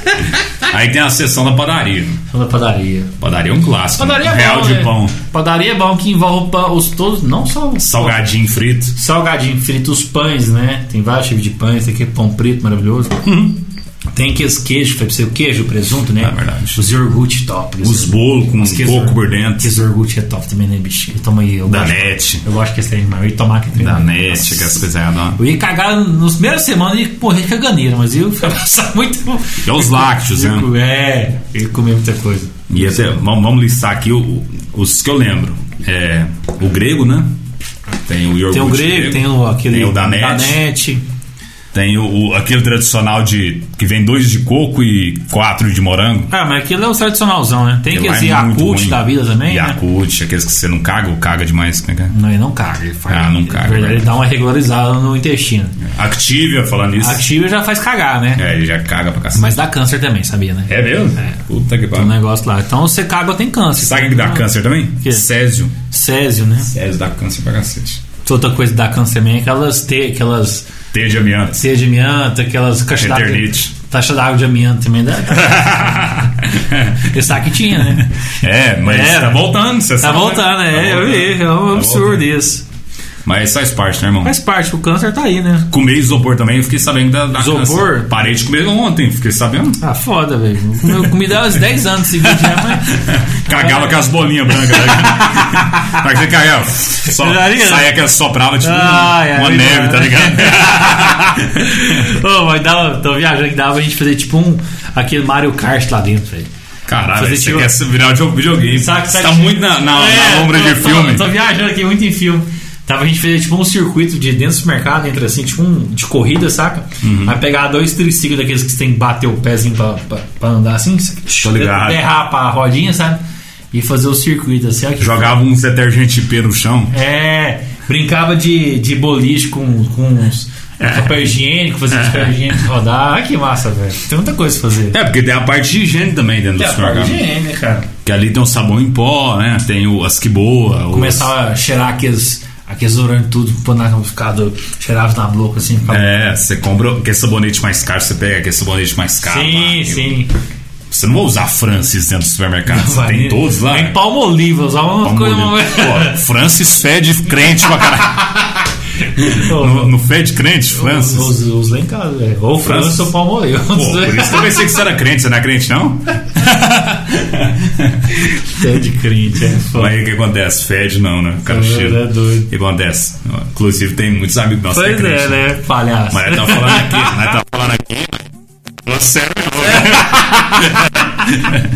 Speaker 1: Aí tem a sessão da padaria.
Speaker 2: Fala da padaria.
Speaker 1: Padaria é um clássico. né?
Speaker 2: Padaria é
Speaker 1: Real
Speaker 2: bom,
Speaker 1: de
Speaker 2: né?
Speaker 1: pão.
Speaker 2: Padaria é bom que envolve o pão, os todos, não só o-
Speaker 1: Salgadinho frito.
Speaker 2: salgadinho frito, os pães, né? Tem vários tipos de pães, tem aquele pão preto maravilhoso. Tem aqueles queijos, pra ser o queijo, o presunto, né?
Speaker 1: Uhum. É verdade.
Speaker 2: Os iogurte top. por
Speaker 1: Os
Speaker 2: exemplo.
Speaker 1: bolos com
Speaker 2: Mas que
Speaker 1: coco
Speaker 2: iogurte-
Speaker 1: por dentro.
Speaker 2: Que iogurte é top também, né, bicho? Eu tomo aí. Eu gosto-
Speaker 1: Danete.
Speaker 2: Eu gosto que esse trem demais. Eu ia tomar aquele trem.
Speaker 1: Da
Speaker 2: demais.
Speaker 1: net, é assim. aquelas coisas aí, ó.
Speaker 2: Eu ia cagar nos primeiras semanas e morrer de caganeira, mas eu ia passar muito.
Speaker 1: E os lácteos, né?
Speaker 2: É, eu ia comer muita coisa.
Speaker 1: E até, vamos, vamos listar aqui o- os que eu lembro. É, o grego, né? Tem o iogurte
Speaker 2: Tem o grego, tem o, aquele.
Speaker 1: Tem o Danete. Tem o, o- aquele tradicional de que vem dois de coco e quatro de morango.
Speaker 2: Ah, mas aquilo é o tradicionalzão, né? Tem aqueles
Speaker 1: Lá é muito
Speaker 2: Yakult
Speaker 1: ruim.
Speaker 2: da vida também, né?
Speaker 1: Yakult, aqueles que você não caga ou caga demais. Como é que é?
Speaker 2: Não, ele não caga. Ele faz,
Speaker 1: Ah, não caga,
Speaker 2: Na verdade,
Speaker 1: verdade.
Speaker 2: ele dá uma regularizada no intestino.
Speaker 1: Activia, falando isso.
Speaker 2: A Activa já faz cagar, né?
Speaker 1: É, ele já caga pra cacete.
Speaker 2: Mas dá câncer também, sabia, né?
Speaker 1: É mesmo? Puta que
Speaker 2: O
Speaker 1: pariu.
Speaker 2: negócio lá. Então você caga, tem câncer.
Speaker 1: Sabe quem que dá câncer também?
Speaker 2: Que?
Speaker 1: Césio.
Speaker 2: Césio, né?
Speaker 1: Césio dá câncer pra cacete.
Speaker 2: Outra coisa que dá câncer também é aquelas, te, aquelas
Speaker 1: T de amianto.
Speaker 2: teia de amianto, aquelas caixas d'água.
Speaker 1: Eternite.
Speaker 2: Taxa d'água de amianto também dá. Esse aqui tinha, né?
Speaker 1: É, mas
Speaker 2: É,
Speaker 1: tá voltando, você
Speaker 2: Tá
Speaker 1: sabe, né?
Speaker 2: voltando, é.
Speaker 1: Tá
Speaker 2: Eu vi. É
Speaker 1: Tá
Speaker 2: um absurdo
Speaker 1: voltando.
Speaker 2: isso.
Speaker 1: Mas faz parte, né, irmão?
Speaker 2: Faz parte, o câncer tá aí, né?
Speaker 1: Comer isopor também, eu fiquei sabendo da, da
Speaker 2: Isopor?
Speaker 1: câncer. Parei de comer ontem, fiquei sabendo.
Speaker 2: Ah, foda, velho. Eu comi dela uns 10 anos né? seguidos já, mas.
Speaker 1: Cagava com as bolinhas brancas. né? Mas você cagava. Só,
Speaker 2: Tá ligado?
Speaker 1: saia que soprava tipo
Speaker 2: Ah, Ai, ai,
Speaker 1: uma
Speaker 2: ai,
Speaker 1: neve,
Speaker 2: mano.
Speaker 1: tá ligado?
Speaker 2: Ô, mas dava, tô viajando que dava pra gente fazer tipo um. aquele Mario Kart lá dentro, velho.
Speaker 1: Caralho,
Speaker 2: Fazer
Speaker 1: você
Speaker 2: tipo-
Speaker 1: quer se virar de videogame. você tá muito na, na,
Speaker 2: É,
Speaker 1: na ombra
Speaker 2: tô-
Speaker 1: de
Speaker 2: tô-
Speaker 1: filme.
Speaker 2: Tô, viajando aqui muito em filme. Tava a gente fazer tipo um circuito de dentro do supermercado, entre assim, tipo um de corrida, saca?
Speaker 1: Uhum.
Speaker 2: Aí pegar dois triciclos daqueles que você tem que bater o pezinho pra, pra, pra andar assim,
Speaker 1: Tô ligado.
Speaker 2: derrapa a rodinha, sabe? E fazer o circuito assim, ó, que
Speaker 1: Jogava uns detergente P no chão.
Speaker 2: É, brincava de, de boliche com, com uns
Speaker 1: É.
Speaker 2: papel higiênico, fazia os papel higiênico rodar. Ai, que massa, velho. Tem muita coisa pra fazer.
Speaker 1: É, porque tem a parte de higiene também dentro do supermercado.
Speaker 2: higiene, cara.
Speaker 1: Que ali tem o sabão em pó, né? Tem o, as que boa. os-
Speaker 2: Começava a cheirar aqueles, aqueles durante tudo, pôr na ficado, cheirava na boca assim. Ficava...
Speaker 1: É, você compra aquele sabonete mais caro, você pega aquele sabonete mais caro. lá,
Speaker 2: sim,
Speaker 1: e-
Speaker 2: sim.
Speaker 1: Você não vai usar Francis dentro do supermercado. Você
Speaker 2: Vai,
Speaker 1: tem
Speaker 2: né?
Speaker 1: todos lá.
Speaker 2: Nem palmoliva, usava uma
Speaker 1: Pelo
Speaker 2: coisa.
Speaker 1: amor de Deus. Pô, Francis fede crente pra caralho.
Speaker 2: Pô,
Speaker 1: Não, não fede crente,
Speaker 2: os, né?
Speaker 1: Francis?
Speaker 2: os, os lá em casa, velho. Ou
Speaker 1: Francis.
Speaker 2: França ou palmoliva.
Speaker 1: Pô, por isso que eu pensei que você era crente. Você não é crente, não?
Speaker 2: é de crente, é foda.
Speaker 1: Mas aí o que acontece? Fede não, né? O cara
Speaker 2: É,
Speaker 1: cheira.
Speaker 2: é doido.
Speaker 1: O que acontece? Ó, Inclusive tem muitos amigos nossos
Speaker 2: Pois
Speaker 1: que é
Speaker 2: é,
Speaker 1: crente.
Speaker 2: né? Palhaço.
Speaker 1: Mas nós tá falando aqui, nós tá falando aqui. é Falando sério, não, né?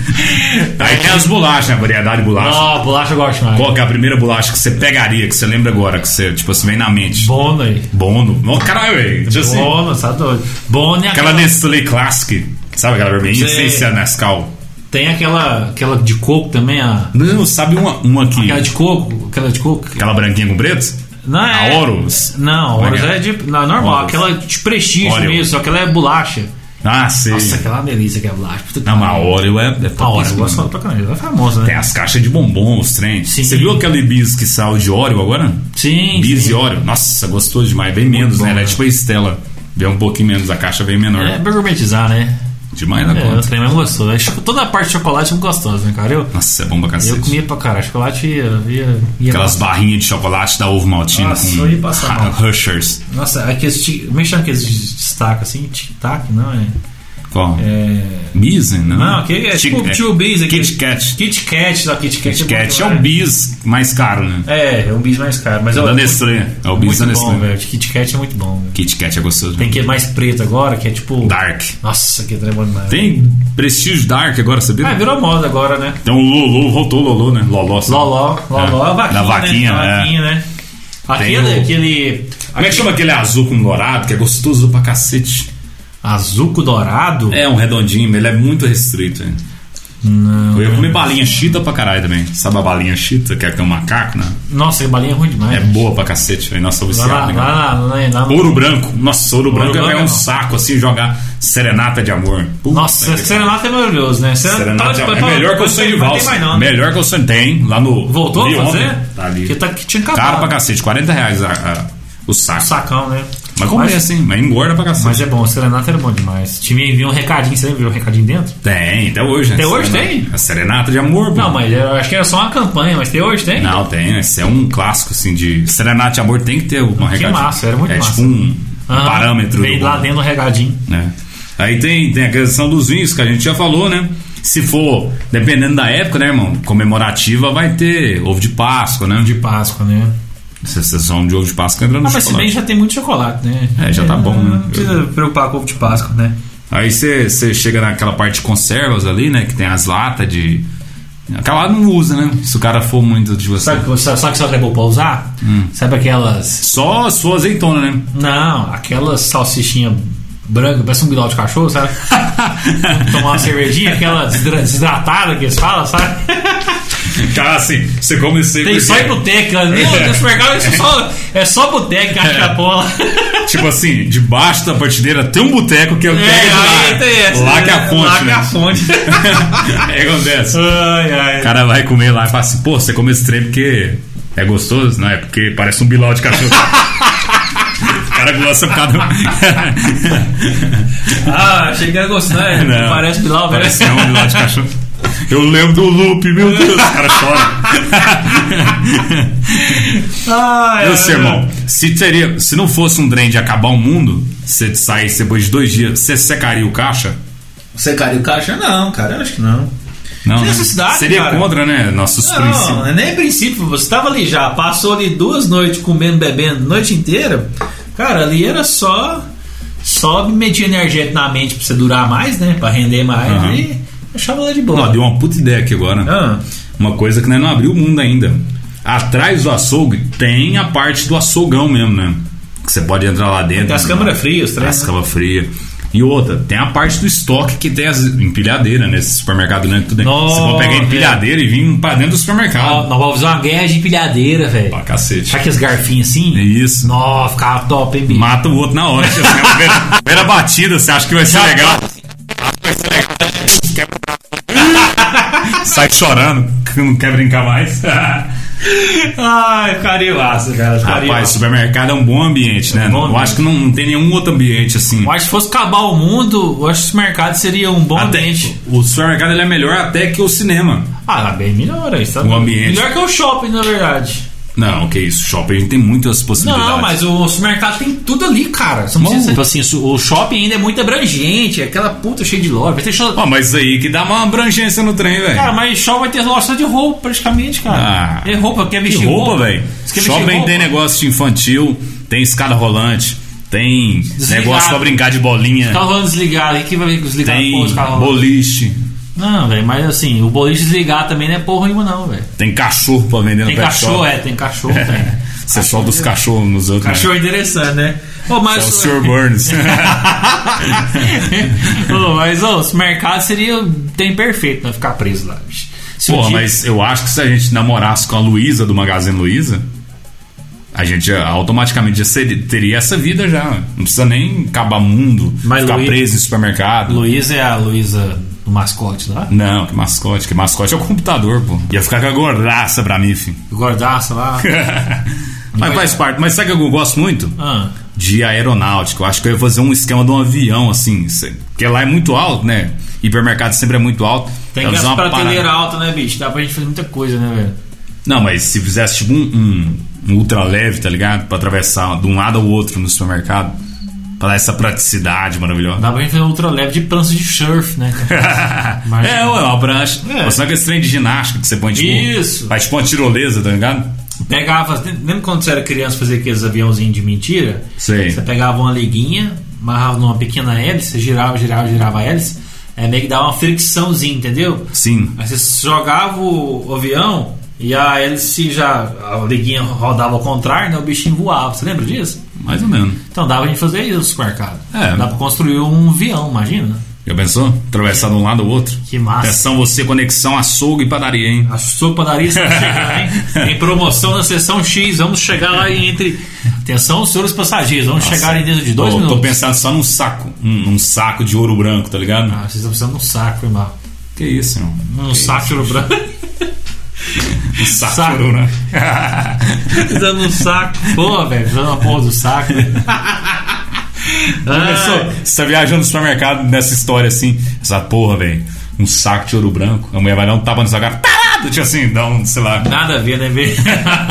Speaker 1: Aí tem as bolachas, né? Variedade de bolacha.
Speaker 2: Ó, bolacha eu gosto mais.
Speaker 1: Qual que é a primeira bolacha que você pegaria, que você lembra agora, que você, tipo assim, vem na mente?
Speaker 2: Bono aí.
Speaker 1: Bono. Ó, caralho, velho. Tipo assim,
Speaker 2: Bono, tá doido. Bono é
Speaker 1: aquela Nestlé Classic. Sabe aquela vermelhinha?
Speaker 2: Sei.
Speaker 1: Sei se é Nescau.
Speaker 2: Tem aquela, aquela de coco também, a.
Speaker 1: Não, sabe uma, uma que...
Speaker 2: Aquela de coco, aquela de coco.
Speaker 1: Aquela branquinha com preto?
Speaker 2: Não é.
Speaker 1: A Oros.
Speaker 2: Não,
Speaker 1: Como é
Speaker 2: Oros
Speaker 1: que é?
Speaker 2: é de. Não, normal,
Speaker 1: Oros.
Speaker 2: aquela de prestígio
Speaker 1: Oreo.
Speaker 2: mesmo, só que ela é bolacha.
Speaker 1: Ah, sei.
Speaker 2: Nossa, aquela delícia que é bolacha. Puta que
Speaker 1: Não, mas a
Speaker 2: pariu.
Speaker 1: Oreo é, é
Speaker 2: A Oreo, eu
Speaker 1: topíssima,
Speaker 2: gosto
Speaker 1: né?
Speaker 2: pra caramba, ela é famosa, né?
Speaker 1: Tem as caixas de bombom, os trens.
Speaker 2: Sim.
Speaker 1: Você viu aquele bis que saiu de Oreo agora?
Speaker 2: Sim,
Speaker 1: Bis
Speaker 2: sim.
Speaker 1: e Oreo. Nossa, gostoso demais. Bem menos,
Speaker 2: bom,
Speaker 1: né? Ela é
Speaker 2: né?
Speaker 1: tipo a Estela. Vem um pouquinho menos, a caixa vem menor.
Speaker 2: É pra gourmetizar, né?
Speaker 1: Demais da
Speaker 2: É,
Speaker 1: conta.
Speaker 2: o trem mesmo gostoso. Aí, cho- Toda a parte de chocolate é gostosa, né, cara? Eu,
Speaker 1: Nossa, é bom pra cacete.
Speaker 2: eu comia pra caralho. Chocolate ia. ia, ia
Speaker 1: Aquelas barrinhas de chocolate da Ovo Maltino
Speaker 2: Nossa,
Speaker 1: com
Speaker 2: eu ia passar
Speaker 1: ra-
Speaker 2: mal.
Speaker 1: Rushers.
Speaker 2: Nossa, aqueles. ti- Como é que chama aqueles destaques assim? Tic-tac, não é?
Speaker 1: Qual?
Speaker 2: É.
Speaker 1: Bis, né?
Speaker 2: Não, aquele é
Speaker 1: Tic-
Speaker 2: tipo Tio Bis. aquele-
Speaker 1: Kit Kat.
Speaker 2: Kit Kat, da Kit Kat.
Speaker 1: Kit
Speaker 2: bom
Speaker 1: Kat é
Speaker 2: demais.
Speaker 1: um bis mais caro, né?
Speaker 2: É, é um bis mais caro. Mas é
Speaker 1: Da
Speaker 2: um
Speaker 1: Nestlé. É o bis da
Speaker 2: muito bom,
Speaker 1: Nestlé.
Speaker 2: velho. De Kit Kat é muito bom. velho.
Speaker 1: Kit Kat é gostoso.
Speaker 2: Tem que mais preto agora, que é tipo...
Speaker 1: Dark.
Speaker 2: Nossa, que trem bom demais.
Speaker 1: Tem Prestígio Dark agora, sabia?
Speaker 2: Ah, virou moda agora, né?
Speaker 1: Então o Lolo, voltou o Lolo, né? Loló. sabe?
Speaker 2: Loló, Loló,
Speaker 1: É.
Speaker 2: a vaquinha,
Speaker 1: Da
Speaker 2: né?
Speaker 1: vaquinha, é.
Speaker 2: A vaquinha, né?
Speaker 1: Tem
Speaker 2: Aquele,
Speaker 1: o-
Speaker 2: aquele...
Speaker 1: Como é que chama aquele azul com dourado, que é gostoso pra cacete?
Speaker 2: Azuco dourado?
Speaker 1: É um redondinho, mas ele é muito restrito. hein?
Speaker 2: Não.
Speaker 1: Eu ia comer balinha chita pra caralho também. Sabe a balinha chita, que é que tem um macaco, né?
Speaker 2: Nossa, a balinha é ruim demais.
Speaker 1: É boa pra cacete, velho. Nossa,
Speaker 2: Lá, lá,
Speaker 1: viciado, né? cara?
Speaker 2: lá, lá, lá, lá-
Speaker 1: Ouro branco. Nossa, ouro, branco,
Speaker 2: branco
Speaker 1: é
Speaker 2: é
Speaker 1: um
Speaker 2: bom.
Speaker 1: saco, assim, jogar serenata de amor. Puta
Speaker 2: Nossa,
Speaker 1: que
Speaker 2: Serenata é maravilhoso, né?
Speaker 1: pariu.
Speaker 2: Serenata
Speaker 1: Serenata de amor. É melhor que o sonho de
Speaker 2: Não tem
Speaker 1: valsa.
Speaker 2: mais não. né?
Speaker 1: Melhor que o sonho. Tem, lá no...
Speaker 2: Voltou
Speaker 1: vi
Speaker 2: a fazer?
Speaker 1: ontem. Tá ali.
Speaker 2: Que, tá, que tinha
Speaker 1: Caro pra
Speaker 2: acabado.
Speaker 1: cacete, 40 reais a- a- o saco.
Speaker 2: Sacão, né?
Speaker 1: Mas compensa, hein? Mas engorda pra cacete.
Speaker 2: Mas é bom, o Serenata era bom demais. Tinha enviou um recadinho, você viu um recadinho dentro?
Speaker 1: Tem, até hoje. né?
Speaker 2: Até hoje
Speaker 1: Serenata.
Speaker 2: tem?
Speaker 1: A serenata de amor, pô.
Speaker 2: Não, mas era- acho que era só uma campanha, mas tem hoje, tem?
Speaker 1: Não, tem, né? Isso é um clássico, assim, de. Serenata de amor tem que ter uma
Speaker 2: Que
Speaker 1: regadinha.
Speaker 2: massa, era muito
Speaker 1: É
Speaker 2: massa.
Speaker 1: tipo um
Speaker 2: Aham.
Speaker 1: parâmetro.
Speaker 2: Veio
Speaker 1: do-
Speaker 2: lá dentro um regadinho.
Speaker 1: né? Aí tem, tem a questão dos vinhos, que a gente já falou, né? Se for, dependendo da época, né, irmão? Comemorativa vai ter ovo de Páscoa, né?
Speaker 2: De Páscoa, né?
Speaker 1: Essa sessão de ovo de Páscoa entra no
Speaker 2: Ah, mas se
Speaker 1: chocolate.
Speaker 2: bem que já tem muito chocolate, né?
Speaker 1: É, já tá bom, né?
Speaker 2: Não precisa preocupar com ovo de Páscoa, né?
Speaker 1: Aí você você chega naquela parte de conservas ali, né? Que tem as latas de. Aquela lá não usa, né? Se o cara for muito de você.
Speaker 2: Sabe o que sabe, sabe que você é bom pra usar? Sabe aquelas.
Speaker 1: Só a sua azeitona, né?
Speaker 2: Não, aquelas salsichinhas brancas, parece um guidal de cachorro, sabe? Tomar uma cervejinha, aquela desdra- desidratada que eles falam, sabe?
Speaker 1: Cara, assim, você come isso aí
Speaker 2: Tem
Speaker 1: porque-
Speaker 2: só em boteca, né?
Speaker 1: É.
Speaker 2: No supermercado isso é só, é só boteca, caixa da bola.
Speaker 1: Tipo assim, debaixo da partideira tem um boteco que é
Speaker 2: É,
Speaker 1: o boteco de
Speaker 2: aí
Speaker 1: lá.
Speaker 2: tem essa.
Speaker 1: Lá que é a fonte,
Speaker 2: Lá que
Speaker 1: né?
Speaker 2: é a fonte.
Speaker 1: Aí acontece.
Speaker 2: ai,
Speaker 1: O
Speaker 2: ai.
Speaker 1: cara vai comer lá e fala assim, pô, você come esse trem porque é gostoso, não é? Porque parece um biló de cachorro. o cara gosta por causa do...
Speaker 2: Ah, achei que era gostoso, né?
Speaker 1: Não.
Speaker 2: Parece Pilau, velho.
Speaker 1: Parece que é um biló de cachorro. Eu lembro do loop, meu Deus, o cara chora.
Speaker 2: Ai,
Speaker 1: Meu
Speaker 2: ai,
Speaker 1: sermão, se, teria, se não fosse um trem de acabar o mundo, se você saísse depois de dois dias, você secaria o caixa?
Speaker 2: Você caiu caixa? Não, cara, eu acho que não.
Speaker 1: Não,
Speaker 2: Sem
Speaker 1: né?
Speaker 2: necessidade,
Speaker 1: Seria
Speaker 2: cara.
Speaker 1: contra, né? Nossos princípios.
Speaker 2: Não, é. nem princípio. Você tava ali já, passou ali duas noites comendo, bebendo, noite inteira. Cara, ali era só só medir energético na mente pra você durar mais, né? Pra render mais.
Speaker 1: Aham.
Speaker 2: E achava lá de boa.
Speaker 1: Ó, deu uma puta ideia aqui agora.
Speaker 2: Ah,
Speaker 1: Uma coisa que nós não abriu o mundo ainda. Atrás do açougue tem a parte do açougão mesmo, né? Que você pode entrar lá dentro. né?
Speaker 2: tem as câmeras frias, tá?
Speaker 1: As câmeras frias. E outra, tem a parte do estoque que tem as empilhadeiras, né? Esse supermercado grande tudo. aí.
Speaker 2: Nossa, Ah.
Speaker 1: você pode pegar empilhadeira e vir pra dentro do supermercado.
Speaker 2: Nós vamos usar uma guerra de empilhadeira, velho.
Speaker 1: Pra cacete.
Speaker 2: Sabe aqueles garfinhos
Speaker 1: É
Speaker 2: assim?
Speaker 1: Isso.
Speaker 2: Nossa, ficava top, hein, bicho?
Speaker 1: Mata o outro na hora. Assim, a primeira, primeira batida, você acha que vai ser legal.
Speaker 2: tá.
Speaker 1: Acho que vai ser legal. Quebra o braço. Sai chorando, que não quer brincar mais.
Speaker 2: Ai, ficaria massa, cara. Ficaria
Speaker 1: Rapaz,
Speaker 2: massa.
Speaker 1: supermercado é um bom ambiente, né?
Speaker 2: bom
Speaker 1: eu
Speaker 2: ambiente. Um
Speaker 1: acho que não, não tem nenhum outro ambiente assim.
Speaker 2: Eu acho que se fosse acabar o mundo, eu acho que esse mercado seria um bom
Speaker 1: Até-
Speaker 2: ambiente.
Speaker 1: o supermercado ele é melhor até que o cinema.
Speaker 2: Ah, bem melhor isso. Tá
Speaker 1: O Um ambiente.
Speaker 2: Melhor que o shopping, na verdade.
Speaker 1: Não, que isso. Shopping a gente tem muitas possibilidades.
Speaker 2: Não, mas o supermercado tem tudo ali, cara. Você não
Speaker 1: Bom.
Speaker 2: precisa, tipo assim, o shopping ainda é muito abrangente, é aquela puta cheia de loja. Vai ter shopping.
Speaker 1: Ó, mas aí que dá uma abrangência no trem,
Speaker 2: Cara,
Speaker 1: velho.
Speaker 2: mas shopping vai ter loja só de roupa, praticamente, cara.
Speaker 1: Ah.
Speaker 2: é roupa, quer
Speaker 1: Que
Speaker 2: vestir
Speaker 1: roupa, velho.
Speaker 2: Você quer vestir
Speaker 1: Shopping
Speaker 2: roupa?
Speaker 1: tem negócio de infantil, tem escada rolante, tem
Speaker 2: Desligado.
Speaker 1: negócio pra brincar de bolinha,
Speaker 2: Tá rolando desligado, aí que vai ver que desligar
Speaker 1: tem
Speaker 2: porra, os caras rolando?
Speaker 1: boliche,
Speaker 2: Não, velho, mas assim, o boliche desligar também não é porra nenhuma, não, velho.
Speaker 1: tem cachorro pra vender no
Speaker 2: Tem
Speaker 1: pet
Speaker 2: cachorro,
Speaker 1: shop.
Speaker 2: é, tem cachorro. tem.
Speaker 1: Você solta os cachorros nos outros. né?
Speaker 2: Cachorro é interessante, né? Ô,
Speaker 1: É
Speaker 2: mas
Speaker 1: o Sr. Burns.
Speaker 2: Ô, mas ô, esse mercado seria tem perfeito, não ficar preso lá, bicho. Se um
Speaker 1: Pô,
Speaker 2: dia-
Speaker 1: mas eu acho que se a gente namorasse com a Luísa do Magazine Luiza, a gente já- automaticamente já seria- teria essa vida já. Não precisa nem acabar mundo,
Speaker 2: Mas
Speaker 1: ficar
Speaker 2: Luí-
Speaker 1: preso em supermercado.
Speaker 2: Luísa é a Luísa do mascote lá?
Speaker 1: Não, que mascote, que mascote é o computador, pô. Ia ficar com a gordaça pra mim, filho.
Speaker 2: Gordaça lá.
Speaker 1: mas faz parte. Mas sabe o que eu gosto muito?
Speaker 2: Ah,
Speaker 1: De aeronáutica. Eu acho que eu ia fazer um esquema de um avião, assim. cê- Porque lá é muito alto, né? Hipermercado sempre é muito alto.
Speaker 2: tem
Speaker 1: Eu ia
Speaker 2: que
Speaker 1: fazer
Speaker 2: as
Speaker 1: uma
Speaker 2: prateleiras
Speaker 1: parada-
Speaker 2: altas, né, bicho? Dá pra gente fazer muita coisa, né, velho?
Speaker 1: Não, mas se fizesse tipo um, um- um ultra leve, tá ligado? Pra atravessar de um lado ao outro no supermercado. Pra dar essa praticidade maravilhosa.
Speaker 2: Dá pra gente fazer um ultra leve de prança de surf, né? cara? Mas-
Speaker 1: é, ué, uma prancha.
Speaker 2: É.
Speaker 1: Mas não é aquele trem de ginástica que você põe tipo.
Speaker 2: Isso.
Speaker 1: Faz tipo uma tirolesa, tá ligado?
Speaker 2: Pegava, lembra quando você era criança fazia aqueles aviãozinhos de mentira?
Speaker 1: Sei.
Speaker 2: Você pegava uma liguinha, amarrava numa pequena hélice, girava, girava, girava a hélice, é meio que dava uma fricçãozinha, entendeu?
Speaker 1: Sim.
Speaker 2: Aí você jogava o o avião e a hélice já. A liguinha rodava ao contrário, né? O bichinho voava. Você lembra disso?
Speaker 1: Mais ou menos.
Speaker 2: Então dava pra gente fazer isso no supermercado.
Speaker 1: É.
Speaker 2: Dá pra construir um avião, imagina.
Speaker 1: Já pensou? Atravessar de um lado ao outro.
Speaker 2: Que massa.
Speaker 1: Atenção você, conexão açougue e padaria, hein?
Speaker 2: A sopa padaria está chegando, hein? Tem promoção na seção X. Vamos chegar lá e entre. Atenção, senhores passageiros. Vamos chegar em dentro de dois
Speaker 1: Tô- Tô
Speaker 2: minutos.
Speaker 1: pensando só num saco. Um, um saco de ouro branco, tá ligado?
Speaker 2: Ah, vocês estão precisando de um saco, foi mal.
Speaker 1: Que isso, irmão.
Speaker 2: Um saco de ouro branco.
Speaker 1: Um saco,
Speaker 2: saco.
Speaker 1: de ouro, né?
Speaker 2: Precisando de um saco. Pô, velho, precisando uma porra do saco. né?
Speaker 1: Pessoa,
Speaker 2: Ah,
Speaker 1: Você tá viajando no supermercado nessa história assim. Essa porra, velho. Um saco de ouro branco. A mulher vai dar um tapa no seu cara. Tarado! Tipo assim, dá um, sei lá.
Speaker 2: nada a ver, né, velho?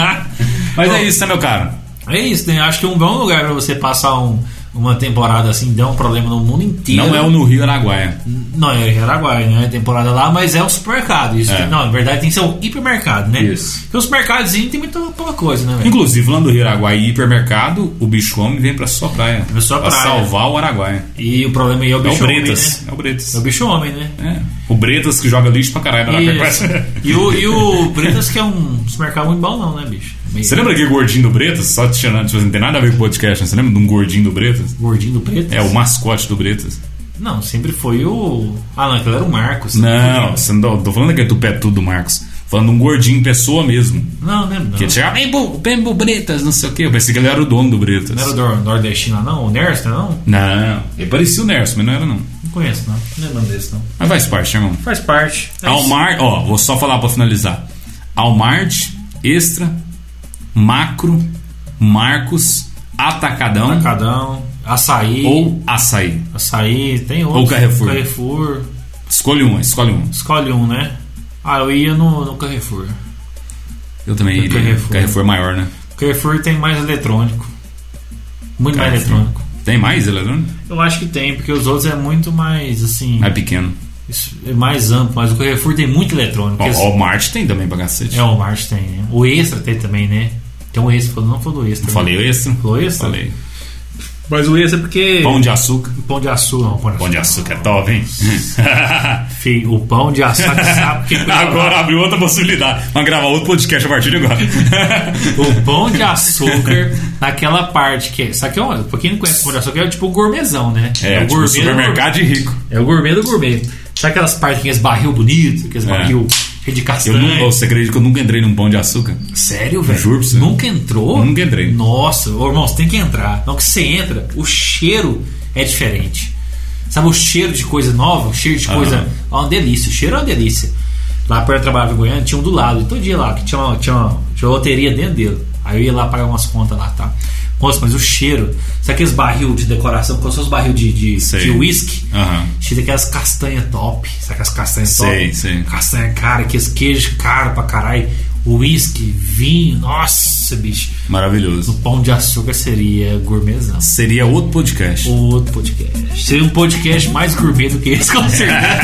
Speaker 1: Mas é isso, né, meu cara?
Speaker 2: É isso, né? Acho que é um bom lugar pra você passar um- uma temporada assim, dar um problema no mundo inteiro.
Speaker 1: Não é o no Rio Araguaia.
Speaker 2: Não, é em Araguaia, né? Temporada lá, mas é um supermercado. Isso
Speaker 1: É.
Speaker 2: tem- não, na verdade tem que ser um hipermercado, né?
Speaker 1: Isso.
Speaker 2: Porque os mercados tem muita pouca coisa, né, velho?
Speaker 1: Inclusive, lá do Rio Araguaia e hipermercado, o bicho homem vem pra sua praia.
Speaker 2: Pra sua praia.
Speaker 1: salvar o Araguaia.
Speaker 2: E o problema aí é o
Speaker 1: É o
Speaker 2: bicho homem, né?
Speaker 1: Bretas. É o Bretas.
Speaker 2: É o bicho homem, né?
Speaker 1: É. O Bretas que joga lixo pra caralho na
Speaker 2: Isso. E o, e o Bretas que é um supermercado muito bom, não, né, bicho? Meio
Speaker 1: Você lembra aquele gordinho do Bretas? Só te tirando, tipo assim, não tem nada a ver com o podcast, né? Você lembra de um gordinho do Bretas?
Speaker 2: Gordinho do Bretas?
Speaker 1: É, o mascote do Bretas.
Speaker 2: Não, sempre foi o... Ah, não, aquele era o Marcos.
Speaker 1: Não, você não tá- tô, tô falando daquele tupetudo do Marcos. Falando de um gordinho pessoa mesmo.
Speaker 2: Não, lembro não.
Speaker 1: Que ele chegava, vem pro, vem pro Bretas, não sei o quê. Eu pensei que ele era o dono do Bretas.
Speaker 2: Não era o Dor- Nordestino, não? O Nerst, não?
Speaker 1: Não, ele parecia o Nerson, mas não era não.
Speaker 2: Não conheço, não. Não lembro desse, não.
Speaker 1: Mas faz parte, irmão.
Speaker 2: Faz parte. É isso.
Speaker 1: Almar, ó, vou só falar pra finalizar. Almart, Extra, Macro, Marcos, Atacadão,
Speaker 2: Atacadão, açaí,
Speaker 1: ou Açaí.
Speaker 2: açaí, tem outro.
Speaker 1: Ou Carrefour.
Speaker 2: Carrefour.
Speaker 1: Escolhe um, escolhe um.
Speaker 2: Escolhe um, né? Ah, eu ia no, no Carrefour.
Speaker 1: Eu também iria. Carrefour.
Speaker 2: Carrefour.
Speaker 1: maior, né?
Speaker 2: O Carrefour tem mais eletrônico. Muito mais
Speaker 1: Carrefour.
Speaker 2: eletrônico.
Speaker 1: Tem mais é eletrônico?
Speaker 2: Eu acho que tem, porque os outros é muito mais, assim,
Speaker 1: É pequeno.
Speaker 2: isso é mais amplo. Mas o Carrefour tem muito eletrônico.
Speaker 1: Ó,
Speaker 2: Esse-
Speaker 1: o Walmart tem também pra cacete.
Speaker 2: É, o Walmart tem, né? O Extra tem também, né? Tem um Extra, falou- não falou do Extra. né?
Speaker 1: Falei extra?
Speaker 2: Falou Extra?
Speaker 1: Falei.
Speaker 2: Mas o Extra é porque...
Speaker 1: Pão de açúcar.
Speaker 2: Pão de açúcar, não, pão de açúcar.
Speaker 1: Pão de açúcar é top, hein?
Speaker 2: Filho, o pão de açúcar sabe que... é
Speaker 1: agora abriu outra possibilidade. Vamos gravar outro podcast a partir de agora.
Speaker 2: O pão de açúcar, naquela parte que. Isso aqui é um. Pra quem não conhece o pão de açúcar, é tipo o gourmetzão, né?
Speaker 1: É,
Speaker 2: o
Speaker 1: tipo
Speaker 2: gourmet do
Speaker 1: supermercado de rico.
Speaker 2: gourmet. É o gourmet do gourmet. Sabe aquelas partes que tem esse barril bonito, aqueles barril cheio de
Speaker 1: É. Eu
Speaker 2: castanha?
Speaker 1: não, você acredita que eu nunca entrei num pão de açúcar?
Speaker 2: Sério, velho?
Speaker 1: Juro pra você.
Speaker 2: Nunca entrou?
Speaker 1: Nunca entrei.
Speaker 2: Nossa, ô, irmão, você tem que entrar. Não que você entra, o cheiro é diferente. Sabe o cheiro de coisa nova? O cheiro de coisa. Ó, uma delícia. O cheiro é uma delícia. Lá perto eu trabalhava em Goiânia, tinha um do lado. E todo dia lá, que tinha uma, tinha uma, tinha uma loteria dentro dele. Aí eu ia lá pagar umas contas lá, tá? Nossa, mas o cheiro. Sabe aqueles barril de decoração? Qual são os um barril de, de,
Speaker 1: Sei.
Speaker 2: de whisky?
Speaker 1: Aham.
Speaker 2: Cheio daquelas castanhas top. Sabe aquelas castanhas
Speaker 1: Sei,
Speaker 2: top?
Speaker 1: sei.
Speaker 2: Castanha cara, aqueles queijos caro pra caralho. Whisky, vinho, nossa, bicho.
Speaker 1: Maravilhoso.
Speaker 2: O pão de açúcar seria gourmetzão.
Speaker 1: Seria outro podcast.
Speaker 2: Outro podcast. Seria um podcast mais gourmet do que esse, com certeza.